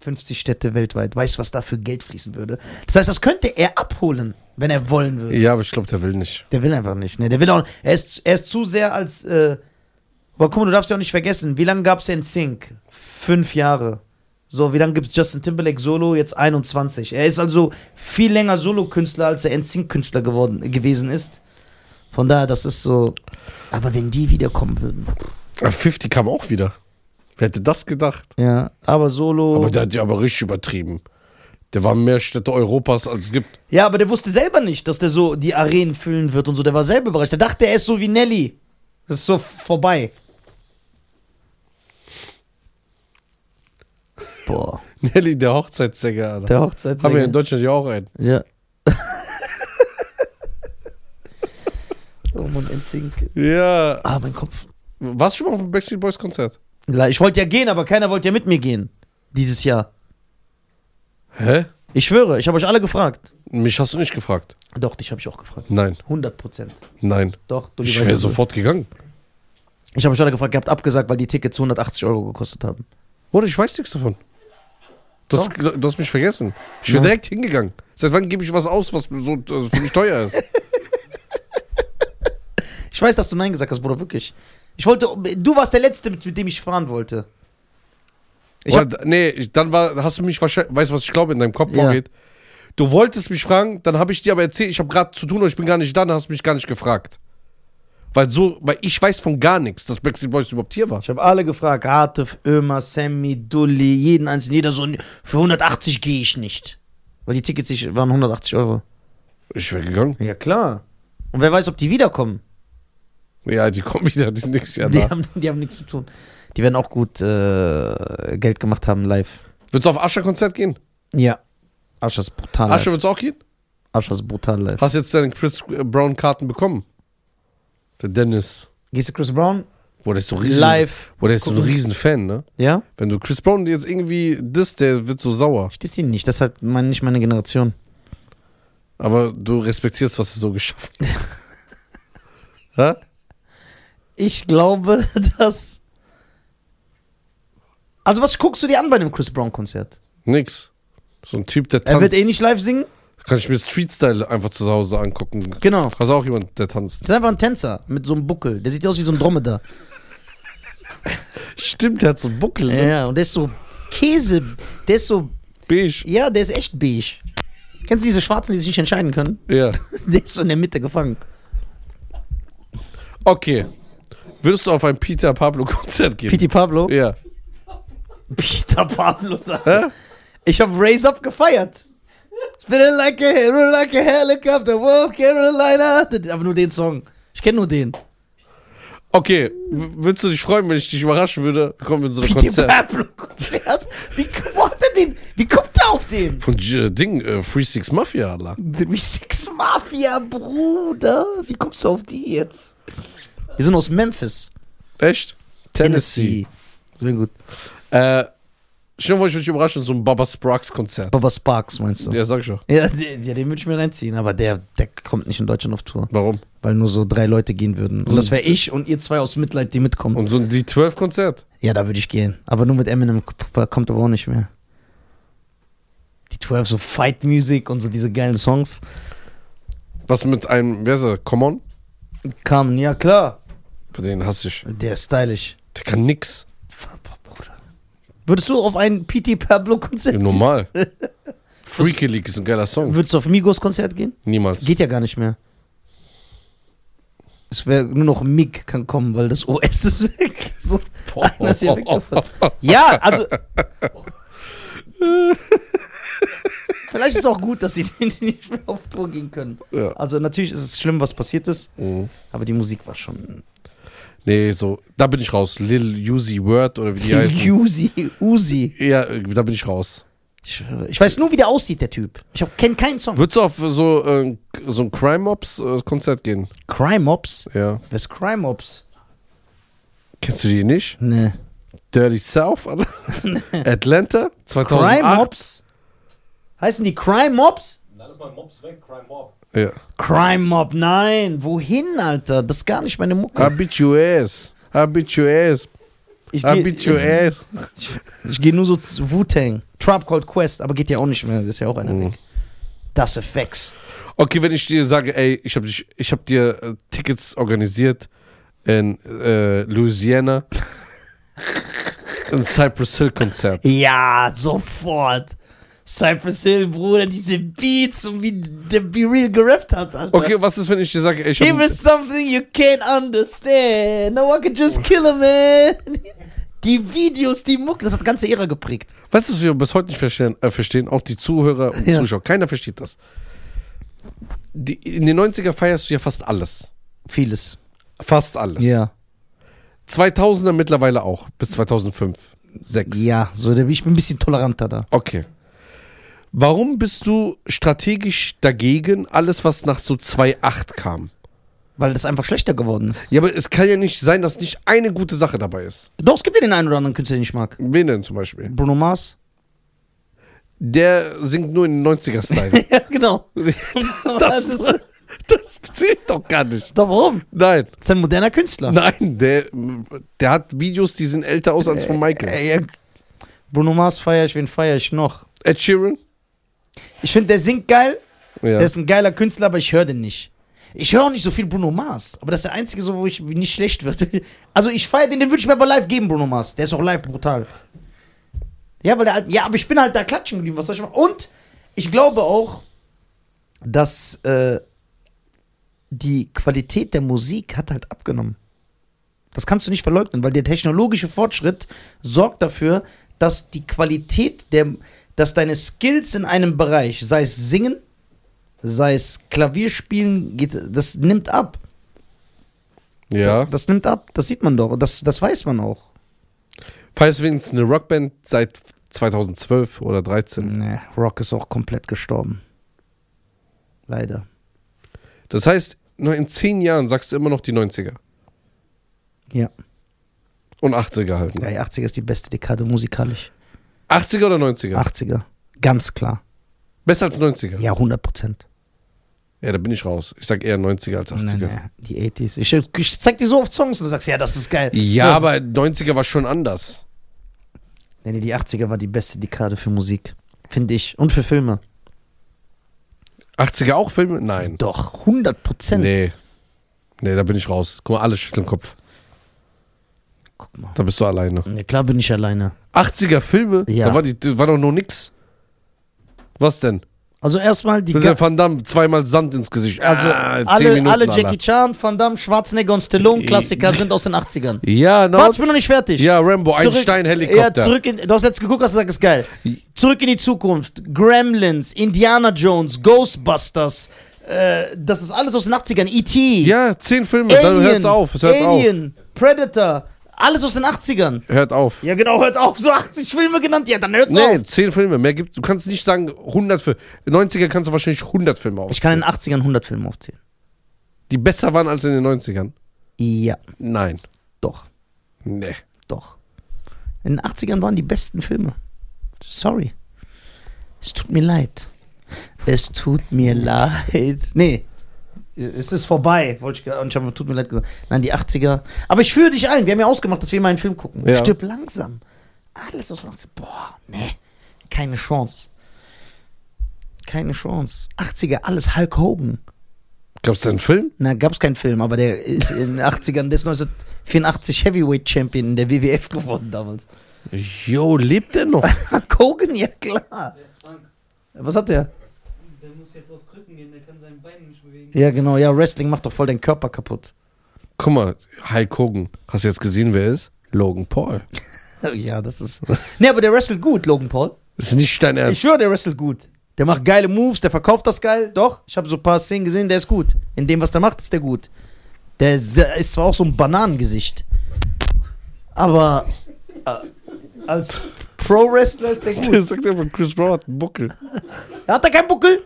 B: 50 Städte weltweit, weißt du, was da für Geld fließen würde? Das heißt, das könnte er abholen, wenn er wollen würde.
A: ja, aber ich glaube, der will nicht.
B: Der will einfach nicht, ne? Der will auch. Er ist, er ist zu sehr als. Äh, aber guck mal, du darfst ja auch nicht vergessen, wie lange gab es NSYNC? Fünf Jahre. So, wie lange gibt es Justin Timberlake Solo? Jetzt 21. Er ist also viel länger Solo-Künstler, als er NSYNC-Künstler geworden, gewesen ist. Von daher, das ist so. Aber wenn die wiederkommen würden.
A: Aber 50 kam auch wieder. Wer hätte das gedacht?
B: Ja, aber Solo.
A: Aber der hat ja aber richtig übertrieben. Der war mehr Städte Europas als es gibt.
B: ja, aber der wusste selber nicht, dass der so die Arenen füllen wird und so. Der war selber überrascht. Der dachte, er ist so wie Nelly. Das ist so vorbei. Boah.
A: Nelly, der Hochzeitssänger. Alter.
B: Der Hochzeit.
A: Haben wir in Deutschland ja auch einen.
B: Ja. oh Mann, NSYNC.
A: Ja.
B: Ah, mein Kopf.
A: Warst du schon mal auf dem Backstreet Boys Konzert?
B: Le- Ich wollte ja gehen, aber keiner wollte ja mit mir gehen. Dieses Jahr.
A: Hä?
B: Ich schwöre, ich habe euch alle gefragt.
A: Mich hast du nicht gefragt.
B: Doch, dich habe ich auch gefragt.
A: Nein,
B: 100 Prozent.
A: nein.
B: Doch, du
A: Ich
B: lieber
A: wäre
B: Süße.
A: sofort gegangen.
B: Ich habe euch alle gefragt, ihr habt abgesagt, weil die Tickets 180 Euro gekostet haben.
A: Oder ich weiß nichts davon. Du hast, du hast mich vergessen. Ich wäre
B: Ja.
A: direkt hingegangen. Seit wann gebe ich was aus, was so äh, für mich teuer ist?
B: Ich weiß, dass du Nein gesagt hast, Bruder, wirklich. Ich wollte, du warst der Letzte, mit, mit dem ich fahren wollte. Ich
A: Oder, nee, ich, dann war, hast du mich wahrscheinlich, weißt du, was ich glaube, in deinem Kopf
B: Ja.
A: vorgeht. Du wolltest mich fragen, dann habe ich dir aber erzählt, ich habe gerade zu tun und ich bin gar nicht da, dann hast du mich gar nicht gefragt. Weil so, weil ich weiß von gar nichts, dass Backstreet Boys überhaupt hier war.
B: Ich habe alle gefragt, Ratef, Ömer, Sammy, Dulli, jeden einzelnen, jeder so, für 180 gehe ich nicht. Weil die Tickets sich- waren 180 Euro.
A: Ich wäre gegangen.
B: Ja, klar. Und wer weiß, ob die wiederkommen.
A: Ja, die kommen wieder, die sind nächstes Jahr
B: die,
A: da.
B: haben, die haben nichts zu tun. Die werden auch gut äh, Geld gemacht haben live.
A: Willst du auf Ascher-Konzert gehen?
B: Ja. Ascher ist brutal
A: Ascher
B: live.
A: willst du auch gehen?
B: Ascher ist brutal live.
A: Hast jetzt deine Chris Brown-Karten bekommen? Der Dennis.
B: Gehst du Chris Brown?
A: Boah, der ist so riesen.
B: Live.
A: Boah, der ist so ein
B: Gucken.
A: Riesenfan, ne?
B: Ja?
A: Wenn du Chris Brown jetzt irgendwie disst, der wird so sauer.
B: Ich diss ihn nicht. Das ist halt mein, nicht meine Generation.
A: Aber du respektierst, was er so geschafft hat. Hä?
B: Ich glaube, dass. Also, was guckst du dir an bei dem Chris Brown-Konzert?
A: Nix. So ein Typ, der tanzt.
B: Er wird eh nicht live singen.
A: Kann ich mir Street-Style einfach zu Hause angucken.
B: Genau.
A: Hast auch jemand, der tanzt.
B: Das ist einfach ein Tänzer mit so einem Buckel. Der sieht aus wie so ein Dromedar.
A: Stimmt, der hat so einen Buckel.
B: ja,
A: Ne?
B: ja, und der ist so Käse. Der ist so.
A: Beige.
B: Ja, der ist echt beige. Kennst du diese Schwarzen, die sich nicht entscheiden können?
A: Ja.
B: Der ist so in der Mitte gefangen.
A: Okay. Würdest du auf ein Peter Pablo-Konzert gehen?
B: Piti Pablo.
A: Ja.
B: Peter Pablo sagt.
A: Hä?
B: Ich habe Raise Up gefeiert. Spinning like a hero, like a helicopter, whoa, Carolina. Aber nur den Song. Ich kenne nur den.
A: Okay, w- würdest du dich freuen, wenn ich dich überraschen würde? Kommen wir zu einem
B: Peter
A: Konzert.
B: Pablo-Konzert. Wie, wo hat er den? Wie kommt der auf den?
A: Von J- Ding, äh, Free Six Mafia, Allah.
B: Three Six Mafia, Bruder. Wie kommst du auf die jetzt? Wir sind aus Memphis.
A: Echt? Tennessee.
B: Sehr gut.
A: Äh, stell dir vor, ich würde dich überraschen, so ein Baba Sparks Konzert.
B: Baba Sparks meinst du?
A: Ja, sag ich doch.
B: Ja, den, ja, den würde ich mir reinziehen, aber der, der kommt nicht in Deutschland auf Tour,
A: Warum?
B: weil nur so drei Leute gehen würden. Und das wäre ich und ihr zwei aus Mitleid, die mitkommen.
A: Und so ein D12-Konzert?
B: Ja, da würde ich gehen. Aber nur mit Eminem k- p- kommt aber auch nicht mehr. Die 12, so Fight Music und so diese geilen Songs.
A: Was mit einem, wer ist er? Come on?
B: Kamen, ja klar.
A: Für den hasse ich.
B: Der ist stylisch.
A: Der kann nix.
B: Würdest du auf ein PT Pablo-Konzert gehen?
A: Normal. Freaky League ist ein geiler Song.
B: Würdest du auf Migos-Konzert gehen?
A: Niemals.
B: Geht ja gar nicht mehr. Es wäre nur noch Mig kann kommen, weil das OS ist weg. So, einer ist ja, weg davon. ja, also. Vielleicht ist es auch gut, dass sie nicht mehr auf Tour gehen können.
A: Ja.
B: Also, natürlich ist es schlimm, was passiert ist,
A: Mhm.
B: aber die Musik war schon.
A: Nee, so, da bin ich raus. Lil Uzi Word oder wie die heißen.
B: Uzi, Uzi.
A: Ja, äh, da bin ich raus.
B: Ich, äh, ich weiß nur, wie der aussieht, der Typ. Ich kenne keinen Song.
A: Würdest du auf so, äh, so ein Crime Ops äh, Konzert gehen?
B: Crime Ops?
A: Ja.
B: Wer ist Crime Ops? Ne.
A: Kennst du die nicht?
B: Nee.
A: Dirty South? Alter. Atlanta? 2008?
B: Crime Ops? Heißen die Crime Mobs?
D: Dann ist mein Mops weg, Crime Mob.
A: Ja.
B: Crime Mob, nein. Wohin, Alter? Das ist gar nicht meine Mucke.
A: Habitues. Habitues.
B: Ich gehe
A: Habitues.
B: geh nur so zu Wu-Tang. Trap Called Quest, aber geht ja auch nicht mehr. Das ist ja auch
A: Mhm.
B: einer weg. Das Effects.
A: Okay, wenn ich dir sage, ey, ich habe ich hab dir äh, Tickets organisiert in äh, Louisiana. Ein Cypress Hill Konzert.
B: Ja, sofort. Cypress Hill, Bruder, diese Beats und wie der Be Real gerappt hat, Alter.
A: Okay, was ist, wenn ich dir sage, ey, ich
B: Here
A: hab,
B: is something you can't understand. No one can just kill a man. Die Videos, die Mucke, das hat ganze Ära geprägt.
A: weißt du, was wir bis heute nicht verstehen, äh, verstehen? Auch die Zuhörer und
B: Ja.
A: Zuschauer. Keiner versteht das. Die, in den 90er feierst du ja fast alles.
B: Vieles.
A: Fast alles. 2000er mittlerweile auch, bis 2005, 6.
B: Ja, so, der- ich bin ein bisschen toleranter da.
A: Okay. Warum bist du strategisch dagegen, alles, was nach so 2.8 kam?
B: Weil das einfach schlechter geworden ist.
A: Ja, aber es kann ja nicht sein, dass nicht eine gute Sache dabei ist.
B: Doch, es gibt ja den einen oder anderen Künstler, den ich mag.
A: Wen denn zum Beispiel?
B: Bruno Mars.
A: Der singt nur in 90er-Style.
B: Ja, genau.
A: das, das zählt doch gar nicht.
B: Doch, warum?
A: Nein,
B: Das ist ein moderner Künstler.
A: nein, der, der hat Videos, die sehen älter aus als von Michael.
B: Ey, ja. Bruno Mars feiere ich, wen feiere ich noch?
A: Ed Sheeran?
B: Ich finde, der singt geil.
A: Ja.
B: Der ist ein geiler Künstler, aber ich höre den nicht. Ich höre auch nicht so viel Bruno Mars. Aber das ist der einzige, so, wo ich nicht schlecht wird. Also, ich feiere den, den würde ich mir aber live geben, Bruno Mars. Der ist auch live brutal. Ja, weil der halt, ja, aber ich bin halt da klatschen geblieben. Was soll ich machen? Und ich glaube auch, dass äh, die Qualität der Musik hat halt abgenommen. Das kannst du nicht verleugnen, weil der technologische Fortschritt sorgt dafür, dass die Qualität der, dass deine Skills in einem Bereich, sei es Singen, sei es Klavierspielen, geht, das nimmt ab.
A: ja.
B: Das nimmt ab. Das sieht man doch. Das, das weiß man auch.
A: Falls wenigstens eine Rockband seit 2012 oder 13.
B: Nee, Rock ist auch komplett gestorben. Leider.
A: Das heißt, nur in 10 Jahren sagst du immer noch die 90er.
B: Ja.
A: Und 80er halt.
B: ja
A: Ne?
B: die 80er ist die beste Dekade musikalisch.
A: 80er oder 90er?
B: 80er. Ganz klar.
A: Besser als 90er.
B: Ja, 100 Prozent.
A: Ja, da bin ich raus. Ich sag eher 90er als 80er.
B: Nein, nein, die 80s. Ich, ich zeig dir so oft Songs und du sagst, ja, das ist geil.
A: Ja,
B: das,
A: aber 90er war schon anders.
B: Nee, nee, die 80er war die beste Dekade für Musik. Finde ich. Und für Filme.
A: 80er auch Filme? Nein.
B: Doch, 100 Prozent.
A: Nee. Nee, da bin ich raus. Guck mal, alle schütteln den Kopf.
B: Guck mal.
A: Da bist du alleine.
B: Ja, klar bin ich alleine.
A: 80er Filme?
B: Ja.
A: Da war, die, da war doch nur nix. Was denn?
B: Also erstmal die
A: Bitte
B: ga-
A: Van Damme zweimal Sand ins Gesicht.
B: also
A: Ah, zehn
B: alle,
A: Minuten,
B: alle
A: Alter.
B: Jackie Chan, Van Damme, Schwarzenegger und Stallone Klassiker sind aus den 80ern.
A: Ja, na,
B: Warte, ich bin noch nicht fertig.
A: ja, Rambo,
B: Zurück- Ja,
A: Einstein-Helikopter.
B: zurück in, du hast jetzt geguckt, hast gesagt, ist geil. Zurück in die Zukunft, Gremlins, Indiana Jones, Ghostbusters, äh, das ist alles aus den 80ern, E.T.,
A: ja, zehn Filme, dann
B: Alien,
A: hört's auf. Es hört
B: Alien, Predator, alles aus den 80ern.
A: auf. Hört auf.
B: Ja genau, hört auf, so 80 Filme genannt, ja dann hört's
A: Nee,
B: auf.
A: zehn Filme, mehr gibt Du kannst nicht sagen 100 Filme. 90er kannst du wahrscheinlich 100 Filme auf.
B: Ich kann in den 80ern 100 Filme aufzählen.
A: Die besser waren als in den 90ern?
B: Ja,
A: Nein.
B: doch.
A: Nee.
B: Doch. In den 80ern waren die besten Filme. Sorry. Es tut mir leid. Es tut mir leid. Nee. Es ist vorbei, wollte ich ge- und ich habe tut mir leid gesagt. Nein, die 80er. Aber ich führe dich ein. Wir haben ja ausgemacht, dass wir mal einen Film gucken.
A: Ja.
B: Stirb langsam. Alles aus langsam. Boah, nee. Keine Chance. Keine Chance. 80er, alles Hulk Hogan.
A: Gab's da einen Film?
B: Na, gab's keinen Film, aber der ist in den 80ern, der ist 1984 Heavyweight Champion in der WWF geworden damals.
A: Jo, lebt der noch?
B: Kogen, ja klar.
E: Der ist krank.
B: Was hat der?
E: Der muss jetzt auf Krücken gehen, der kann sein Bein nicht bewegen.
B: Ja, genau, ja, Wrestling macht doch voll den Körper kaputt.
A: Guck mal, Hulk Hogan. Hast du jetzt gesehen, wer er ist? Logan Paul.
B: Ja, das ist. Ähm. Nee, aber der wrestelt gut, Logan Paul.
A: Ist nicht dein
B: Ich
A: Ernst.
B: schwöre, der wrestelt gut. Der macht geile Moves, der verkauft das geil. Doch, ich habe so ein paar Szenen gesehen, der ist gut. In dem, was der macht, ist der gut. Der ist ist zwar auch so ein Bananengesicht. Aber äh, als Pro-Wrestler ist der gut.
A: Der sagt einfach, Chris Brown hat einen Buckel.
B: Hat er keinen Buckel?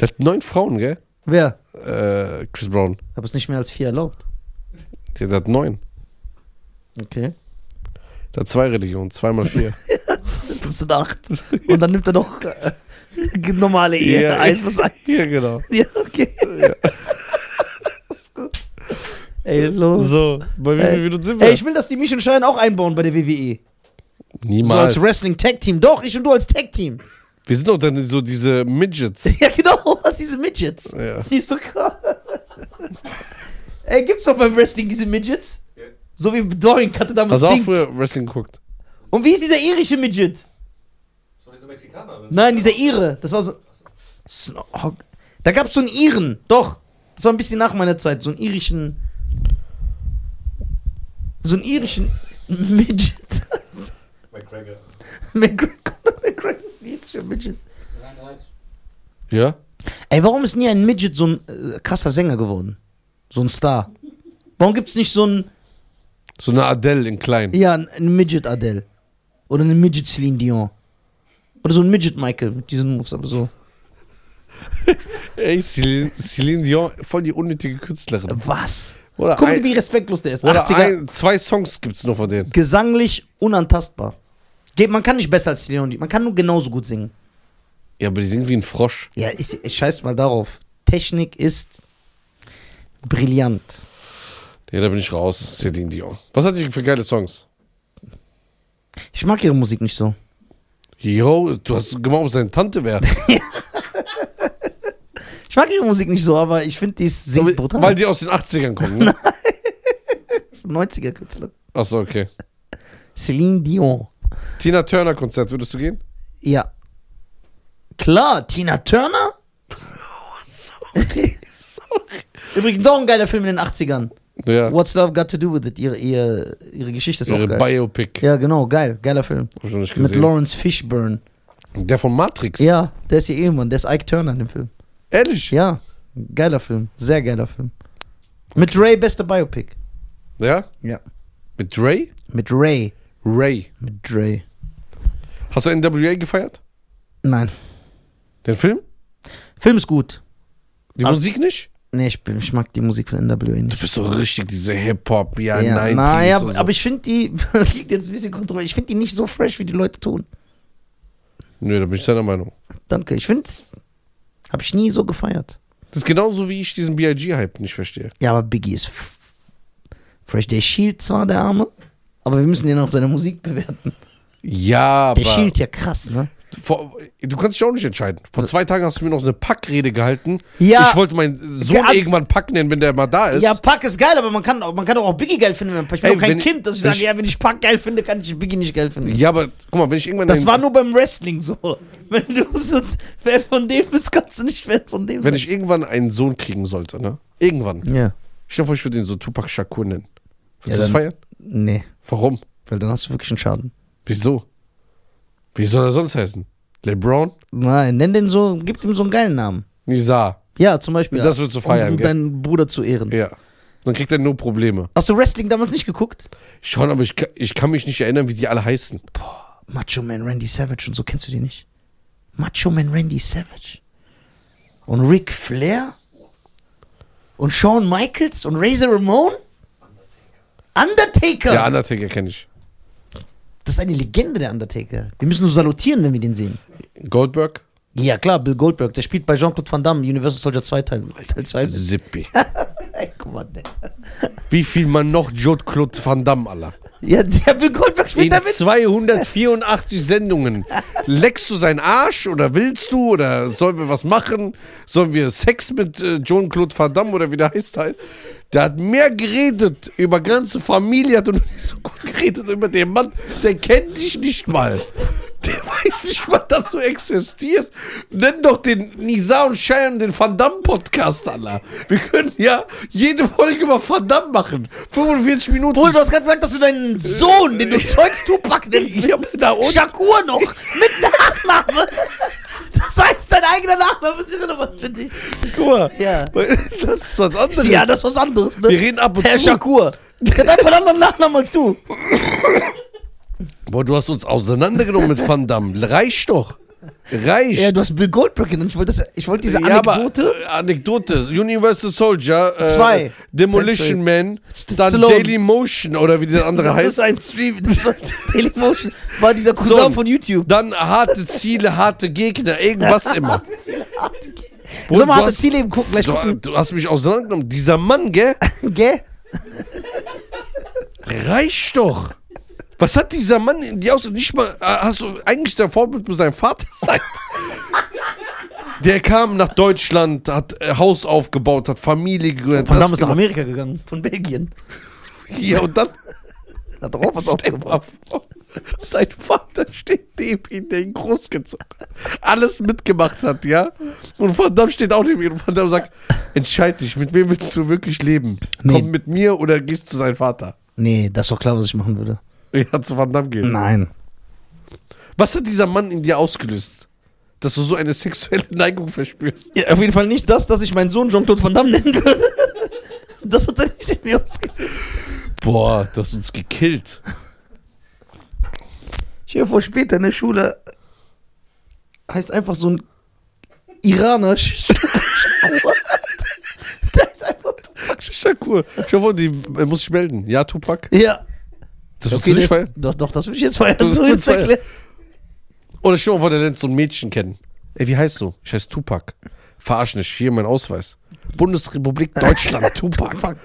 A: Der hat neun Frauen, gell?
B: Wer?
A: Äh, Chris Brown.
B: Aber es ist nicht mehr als vier erlaubt.
A: Der hat neun.
B: Okay.
A: Der hat zwei Religionen, zweimal vier.
B: Das sind acht. Und dann nimmt er noch äh, normale Ehe.
A: Ja.
B: Eins plus eins.
A: ja, genau.
B: Ja, okay. Ist gut. Ey, los.
A: So, bei wie
B: Ey.
A: vielen Minuten sind wir?
B: Äh, Ey, ich will, dass die mich und Schein auch einbauen bei der WWE. So
A: Niemals.
B: als Wrestling-Tag-Team. Doch, ich und du als Tag-Team.
A: wir sind doch dann so diese Midgets.
B: Ja, genau, als diese Midgets.
A: Ja.
B: Die ist so krass. Ey, gibt's doch beim Wrestling diese Midgets?
D: Ja.
B: So wie Doink hatte
A: Hast
B: damals
A: du auch
B: Ding.
A: früher Wrestling geguckt?
B: Und wie ist dieser irische Midget?
D: So diese Mexikaner. oder?
B: Nein, dieser Ire. Das war so. Snog. Da gab's so einen Iren. Doch. Das war ein bisschen nach meiner Zeit. So einen irischen. So einen irischen Midget.
D: McGregor.
B: McGregor. McGregor ist ein irischer Midget.
E: 33.
A: Ja?
B: Ey, warum ist nie ein Midget so ein äh, krasser Sänger geworden? So ein Star. Warum gibt's nicht so einen.
A: So eine Adele in klein.
B: Ja, einen Midget Adele. Oder einen Midget Celine Dion. Oder so ein Midget Michael mit diesen Moves, aber so.
A: Ey, Celine, Celine Dion, voll die unnötige Künstlerin.
B: Was?
A: Oder,
B: Guck mal,
A: ein,
B: wie respektlos der ist.
A: oder
B: 80er.
A: ein, zwei Songs gibt's nur von denen.
B: gesanglich unantastbar. Geht, man kann nicht besser als Leon Dietz, man kann nur genauso gut singen.
A: Ja, aber die sind wie ein Frosch.
B: Ja, ist, ich scheiß mal darauf. Technik ist brillant.
A: Ja, da bin ich raus. Celine Dion. Was hatte ich für geile Songs?
B: Ich mag ihre Musik nicht so.
A: Yo, du hast gemacht, ob seine Tante wäre.
B: Ich mag ihre Musik nicht so, aber ich finde, die ist singt brutal.
A: Weil die aus den 80ern kommen, ne?
B: Das ist ein 90er-Künstler.
A: Achso, okay.
B: Celine Dion.
A: Tina Turner Konzert, würdest du gehen?
B: Ja. Klar, Tina Turner? Oh, Übrigens auch ein geiler Film in den 80ern.
A: Ja.
B: What's Love Got to Do with It? Ihre, ihre, ihre Geschichte ist
A: Ihre
B: auch geil.
A: Biopic.
B: ja, genau, geil. Geiler Film.
A: Hab ich noch nicht
B: Mit
A: gesehen.
B: Lawrence Fishburne.
A: Der von Matrix.
B: Ja, der ist ihr Ehemann, der ist Ike Turner in dem Film.
A: Ehrlich?
B: Ja, geiler Film, sehr geiler Film. Mit Ray, beste Biopic.
A: Ja?
B: Ja.
A: Mit Ray?
B: Mit Ray.
A: Ray.
B: Mit Ray.
A: Hast du NWA gefeiert?
B: Nein.
A: Den Film?
B: Film ist gut.
A: Die
B: Ah.
A: Musik nicht?
B: Nee, ich, bin, ich mag die Musik von NWA
A: Du
B: nicht.
A: bist so richtig diese Hip-Hop, ja, ja, 90s.
B: naja,
A: und so.
B: aber ich finde die, das liegt jetzt ein bisschen kontrovers, ich finde die nicht so fresh, wie die Leute tun.
A: Nö, da bin ich deiner Meinung.
B: Danke, ich finde es, habe ich nie so gefeiert.
A: Das ist genauso, wie ich diesen BIG-Hype nicht verstehe.
B: Ja, aber Biggie ist f- fresh. Der schielt zwar, der Arme, aber wir müssen den auf seine Musik bewerten.
A: Ja,
B: Der
A: aber.
B: schielt ja krass, ne?
A: Vor, du kannst dich auch nicht entscheiden. Vor zwei Tagen hast du mir noch so eine Packrede gehalten.
B: Ja.
A: Ich wollte meinen Sohn
B: Ja, also-
A: irgendwann Pack nennen, wenn der mal da ist.
B: Ja, Pack ist geil, aber man kann, auch- man kann doch auch Biggie geil finden. Ich bin
A: Ey,
B: doch kein
A: wenn-
B: Kind, dass ich
A: wenn
B: sage,
A: ich-
B: ja, wenn ich Pack geil finde, kann ich Biggie nicht geil finden.
A: ja, aber guck mal, wenn ich irgendwann.
B: Das
A: einen-
B: war nur beim Wrestling so. Wenn du so Fan von dem bist, kannst du nicht Fan von dem
A: wenn
B: sein.
A: ich irgendwann einen Sohn kriegen sollte, ne? Irgendwann.
B: Ja.
A: Stell dir vor, ich würde ihn so Tupac Shakur nennen. Willst
B: Ja,
A: du das
B: dann-
A: feiern?
B: Nee,
A: Warum?
B: weil dann hast du wirklich einen Schaden.
A: Wieso? Wie soll er sonst heißen? LeBron?
B: Nein, nenn den so, gib ihm so einen geilen Namen.
A: Nizar.
B: Ja, zum Beispiel.
A: Das wird zu feiern,
B: Um
A: gell?
B: deinen Bruder zu ehren.
A: Ja. Dann kriegt er nur Probleme.
B: Hast du Wrestling damals nicht geguckt?
A: Schon, aber ich, ka- ich kann mich nicht erinnern, wie die alle heißen.
B: Macho Man Randy Savage und so kennst du die nicht? Macho Man Randy Savage. Und Ric Flair? Und Shawn Michaels? Und Razor Ramon? Undertaker!
A: Der Undertaker kenne ich.
B: das ist eine Legende, der Undertaker. Wir müssen nur salutieren, wenn wir den sehen.
A: Goldberg?
B: Ja, klar, Bill Goldberg, der spielt bei Jean-Claude Van Damme, Universal Soldier 2 Teil. Teil 2.
A: Zippi.
B: Ey, guck mal, ne.
A: Wie viel man noch Jean-Claude Van Damme, Allah.
B: Ja, der Bill Goldberg spielt
A: In
B: damit.
A: 284 Sendungen. Leckst du seinen Arsch oder willst du oder sollen wir was machen? Sollen wir Sex mit äh, Jean-Claude Van Damme oder wie der heißt halt? Der hat mehr geredet über ganze Familie, hat und nicht so gut geredet über den Mann, der kennt dich nicht mal. Der weiß nicht mal, dass du existierst. Nenn doch den Nisa und Cheyenne den Van Damme Podcast, Allah. Wir können ja jede Folge über Van Damme machen. 45 Minuten.
B: Obwohl, du hast gerade gesagt, dass du deinen Sohn, den du zeugst, Tupac nennst.
A: Ja, aber da unten-
B: Shakur noch. Mit Nachname. Das heißt, dein eigener Nachname ist irrelevant für dich.
A: Guck mal.
B: Ja.
A: Das ist was anderes.
B: Ja, das ist was anderes. Ne?
A: Wir reden ab und
B: Herr
A: zu.
B: Shakur. Der hat einfach einen anderen Nachnamen als du.
A: Boah, du hast uns auseinandergenommen mit Van Damme. Reicht doch. Reicht.
B: Ja, du hast Bill Goldberg genannt. Ich wollte das- ich wollte diese
A: Ja, aber,
B: Anekdote.
A: äh, Anekdote. Universal Soldier. Äh,
B: Zwei.
A: Demolition Man.
B: St-
A: Dann
B: Stallone.
A: Daily Motion oder wie der andere
B: das ist
A: heißt.
B: ein Stream. Das war, Telemotion war dieser Cousin
A: So.
B: von YouTube.
A: Dann harte Ziele, harte Gegner, irgendwas immer.
B: Soll
A: du
B: mal harte
A: hast-
B: Ziele eben gucken, gleich
A: Du,
B: gucken.
A: du hast mich auseinandergenommen. Dieser Mann, gell?
B: Gell?
A: Reicht doch. Was hat dieser Mann in die Außen? Nicht mal, äh, hast du eigentlich der Vorbild mit seinem Vater sein? Der kam nach Deutschland, hat äh, Haus aufgebaut, hat Familie gegründet. das
B: Van Damme ist nach
A: gemacht.
B: Amerika gegangen. Von Belgien.
A: Ja, und dann
B: Hat doch auch was aufgebaut.
A: sein Vater steht neben ihm, der ihn großgezogen hat. Alles mitgemacht hat, ja. Und Van Damme steht auch neben ihm. Und Van Damme sagt, entscheid dich, mit wem willst du wirklich leben?
B: Nee.
A: Komm mit mir oder gehst zu seinem Vater?
B: Nee, das ist doch klar, was ich machen würde.
A: Ja, zu Van Damme gehen.
B: Nein.
A: Was hat dieser Mann in dir ausgelöst? Dass du so eine sexuelle Neigung verspürst.
B: Ja, auf jeden Fall nicht das, dass ich meinen Sohn Jean-Claude Van Damme nennen würde. Das hat er nicht in mir ausgelöst.
A: Boah, das uns gekillt.
B: Ich höre vor, später in der Schule heißt einfach so ein Iraner. Sch- Da ist einfach
A: Shakur. Ich hoffe, die äh, muss ich melden. Ja, Tupac.
B: ja,
A: Das
B: okay,
A: wird nicht
B: das,
A: feiern.
B: doch, doch, das will ich jetzt feiern.
A: Das
B: So
A: willst du
B: jetzt
A: feiern.
B: erklärt.
A: Oder stell dir mal vor, der lernt so ein Mädchen kennen. Ey, wie heißt du? Ich heiße Tupac. Verarsch nicht, hier mein Ausweis. Bundesrepublik Deutschland, Tupac.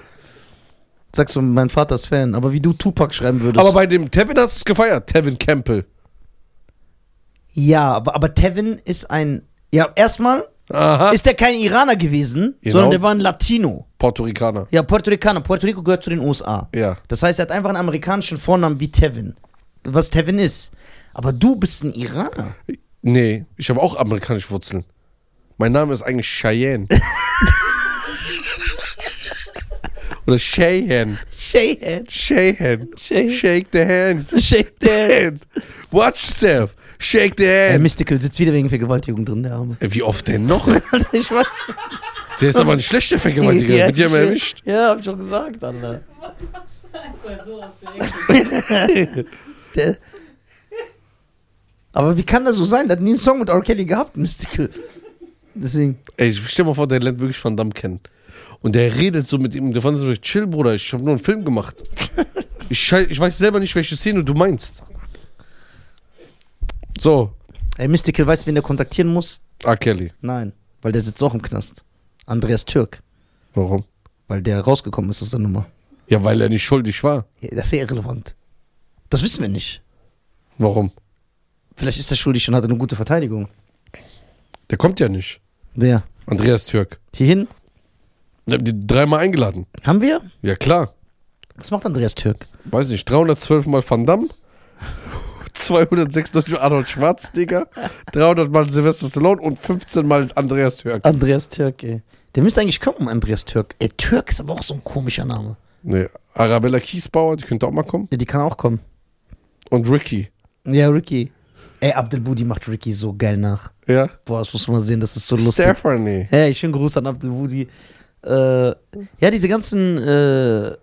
B: Sagst du, mein Vater ist Fan, aber wie du Tupac schreiben würdest.
A: Aber bei dem Tevin hast du es gefeiert. Tevin Campbell.
B: ja, aber, aber Tevin ist ein. Ja, erstmal
A: Aha.
B: ist der kein Iraner gewesen,
A: Genau.
B: sondern der war ein Latino.
A: Puerto Ricaner.
B: Ja, Puerto Ricaner. Puerto Rico gehört zu den USA.
A: Ja.
B: Das heißt, er hat einfach einen amerikanischen Vornamen wie Tevin. Was Tevin ist. Aber du bist ein Iraner.
A: Nee, ich habe auch amerikanische Wurzeln. Mein Name ist eigentlich Cheyenne. Oder Cheyenne.
B: Shake hand.
A: Cheyenne.
B: Cheyenne.
A: Shake the hand.
B: Shake hand.
A: hand. Watch yourself. Shake the
B: Der
A: hand.
B: Mystical sitzt wieder wegen Vergewaltigung drin, der Arme.
A: Äh, Wie oft denn noch?
B: Alter, ich weiß.
A: Der ist aber ein schlechter Vergewaltiger. Wird ja mal
B: ich-
A: erwischt.
B: Ja, hab ich schon gesagt, Alter.
E: Einfach so aus der Ecke.
B: Der Aber wie kann das so sein? Der hat nie einen Song mit R. Kelly gehabt, Mystical. Deswegen.
A: Ey, ich stell mal vor, der lernt wirklich Van Damme kennen. Und der redet so mit ihm. Der fand so, chill, Bruder, ich habe nur einen Film gemacht. Ich, schei- ich weiß selber nicht, welche Szene du meinst. So,
B: Ey, Mystical, weißt du, wen der kontaktieren muss?
A: R. Kelly.
B: Nein. Weil der sitzt auch im Knast. Andreas Türk,
A: Warum?
B: weil der rausgekommen ist aus der Nummer.
A: Ja, weil er nicht schuldig war.
B: Ja, Das ist ja irrelevant. Das wissen wir nicht.
A: Warum?
B: Vielleicht ist er schuldig und hatte eine gute Verteidigung.
A: Der kommt ja nicht.
B: Wer?
A: Andreas Türk.
B: Hierhin
A: Ich hab die dreimal eingeladen.
B: haben wir?
A: Ja, klar.
B: Was macht Andreas Türk?
A: Weiß nicht, 312 mal Van Damme. 206 mal Arnold Schwarzenegger, 300 mal Sylvester Stallone und 15 mal Andreas Türk.
B: Andreas Türk, ey. Der müsste eigentlich kommen, Andreas Türk. Ey, Türk ist aber auch so ein komischer Name.
A: Nee, Arabella Kiesbauer, die könnte auch mal kommen.
B: Ja, die kann auch kommen.
A: Und Ricky.
B: Ja, Ricky. Ey, Abdelbudi macht Ricky so geil nach.
A: Ja.
B: Boah, das muss man sehen, das ist so lustig.
A: Stephanie.
B: Hey, schönen Gruß an Abdelbudi. Äh, ja, diese ganzen äh,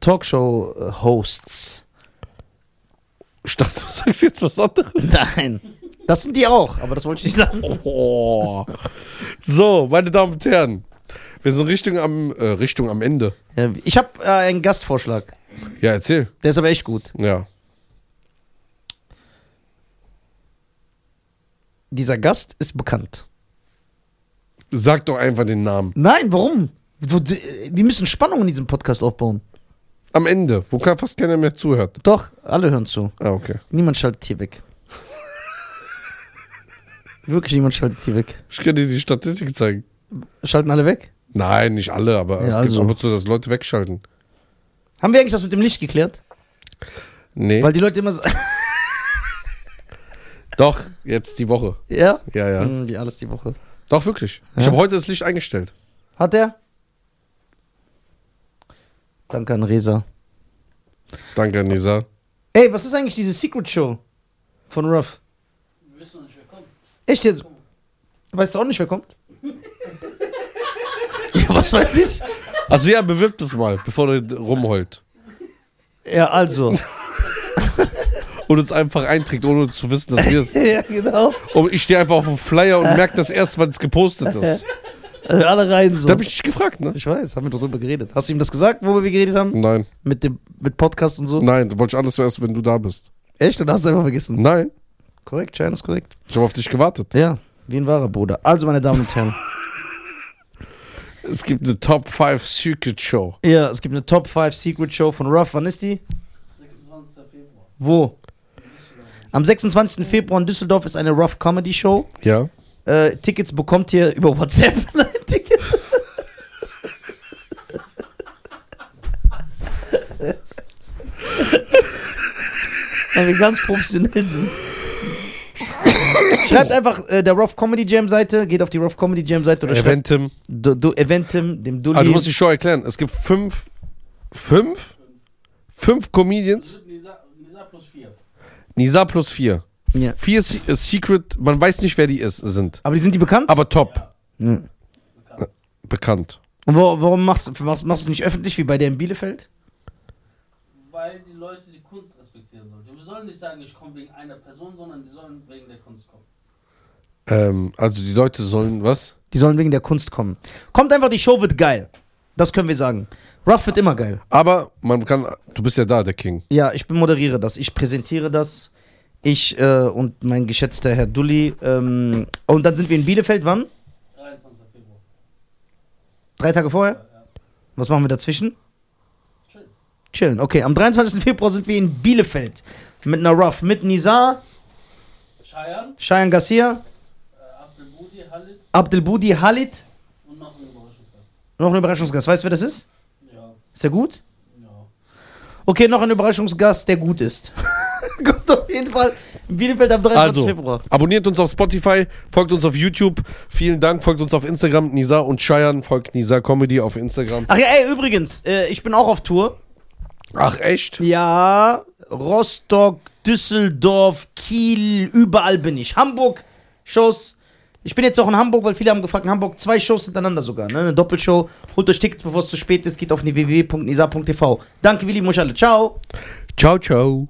B: Talkshow-Hosts.
A: Ich dachte, du sagst jetzt was anderes.
B: Nein. Das sind die auch, aber das wollte ich nicht sagen.
A: Oh. So, meine Damen und Herren. Wir sind Richtung am, äh, Richtung am Ende.
B: Ja, ich habe äh, einen Gastvorschlag.
A: Ja, erzähl.
B: Der ist aber echt gut.
A: Ja.
B: Dieser Gast ist bekannt.
A: Sag doch einfach den Namen.
B: Nein, warum? So, d- äh, Wir müssen Spannung in diesem Podcast aufbauen.
A: Am Ende, wo ka- fast keiner mehr zuhört.
B: Doch, alle hören zu.
A: Ah, okay.
B: Niemand schaltet hier weg. Wirklich niemand schaltet hier weg.
A: Ich kann dir die Statistik zeigen.
B: Schalten alle weg?
A: Nein, nicht alle, aber
B: Ja,
A: es
B: also.
A: gibt ab und zu, dass Leute wegschalten.
B: Haben wir eigentlich das mit dem Licht geklärt?
A: Nee.
B: Weil die Leute immer sagen,
A: doch, jetzt die Woche.
B: ja?
A: Ja, ja.
B: Hm, die alles die Woche.
A: Doch, wirklich. Ich
B: Ja?
A: habe heute das Licht eingestellt.
B: Hat er? Danke an Resa.
A: Danke, Nisa.
B: Ey, was ist eigentlich diese Secret Show von Ruff?
C: Wir wissen nicht, wer kommt.
B: Echt jetzt? Weißt du auch nicht, wer kommt? ja, was weiß ich?
A: Also ja, bewirb das mal, bevor du d- rumheult.
B: Ja, also.
A: Und uns einfach einträgt, ohne zu wissen, dass wir es.
B: ja, genau.
A: Und ich stehe einfach auf dem Flyer und merke das erst, wenn es gepostet ist.
B: Also alle rein so.
A: Da habe ich dich gefragt, ne?
B: Ich weiß, haben wir drüber geredet. Hast du ihm das gesagt, worüber wir geredet haben?
A: Nein,
B: Mit dem mit Podcast und so?
A: nein, du wolltest alles zuerst, wenn du da bist.
B: Echt? Und hast du einfach vergessen?
A: Nein,
B: Korrekt, Schein ist korrekt.
A: ich habe auf dich gewartet.
B: Ja, wie ein wahrer Bruder. Also, meine Damen und Herren.
A: Es gibt eine Top 5 Secret Show.
B: ja, es gibt eine Top 5 Secret Show von Ruff. Wann ist die?
C: 26. Februar.
B: Wo? Am 26. Februar in Düsseldorf ist eine Rough Comedy Show.
A: Ja?
B: Äh, Tickets bekommt ihr über WhatsApp. Nein, Tickets. Weil wir ganz professionell sind. Schreibt einfach äh, der Rough Comedy Jam Seite, geht auf die Rough Comedy Jam Seite oder schreibt
A: Eventim.
B: du, du, Eventim, dem Dulli.
A: Ah, du musst die Show erklären. Es gibt fünf. Fünf? Fünf Comedians.
C: Nisa, Nisa plus 4.
A: Nisa plus vier.
B: ja.
A: Vier Se äh, Secret, man weiß nicht, wer die ist, sind.
B: Aber die sind die bekannt?
A: Aber top.
B: Mhm.
A: Bekannt.
B: Und wo, warum machst du machst, machst du es nicht öffentlich wie bei der in Bielefeld?
C: Weil die Leute die Kunst respektieren sollten. Wir sollen nicht sagen, ich komme wegen einer Person, sondern die sollen wegen der Kunst kommen.
A: Ähm, also die Leute sollen, was?
B: Die sollen wegen der Kunst kommen. Kommt einfach, die Show wird geil. Das können wir sagen. Ruff wird immer geil.
A: Aber man kann, du bist ja da, der King.
B: Ja, ich bin- moderiere das. Ich präsentiere das. Ich äh, und mein geschätzter Herr Dulli. Ähm, und dann sind wir in Bielefeld. Wann?
C: 23. Februar.
B: Drei Tage vorher? Was machen wir dazwischen?
C: Chill.
B: Chillen. Okay, am 23. Februar sind wir in Bielefeld. Mit einer Ruff. Mit Nizar,
C: Cheyenne,
B: Cheyenne Garcia,
C: äh, Abdelbudi, Halit
B: Abdelbudi, Halit.
C: und noch ein Überraschungsgast.
B: Noch ein Überraschungsgast. Weißt du, wer das ist?
C: Ja,
B: Ist der gut?
C: ja.
B: Okay, noch ein Überraschungsgast, der gut ist. Kommt auf jeden Fall in Bielefeld am 23.
A: Also.
B: Februar.
A: Abonniert uns auf Spotify, folgt uns auf YouTube. Vielen Dank, folgt uns auf Instagram, Nisa und Cheyenne, folgt Nisa Comedy auf Instagram.
B: Ach ja, ey, übrigens, äh, ich bin auch auf Tour.
A: Ach echt?
B: Ja, Rostock, Düsseldorf, Kiel, überall bin ich. Hamburg, Shows. Ich bin jetzt auch in Hamburg, weil viele haben gefragt, in Hamburg zwei Shows hintereinander sogar, ne? Eine Doppelshow. Holt euch Tickets, bevor es zu spät ist. Geht auf die www.nisa.tv. Danke, Willi Moschale. Ciao.
A: Ciao, ciao.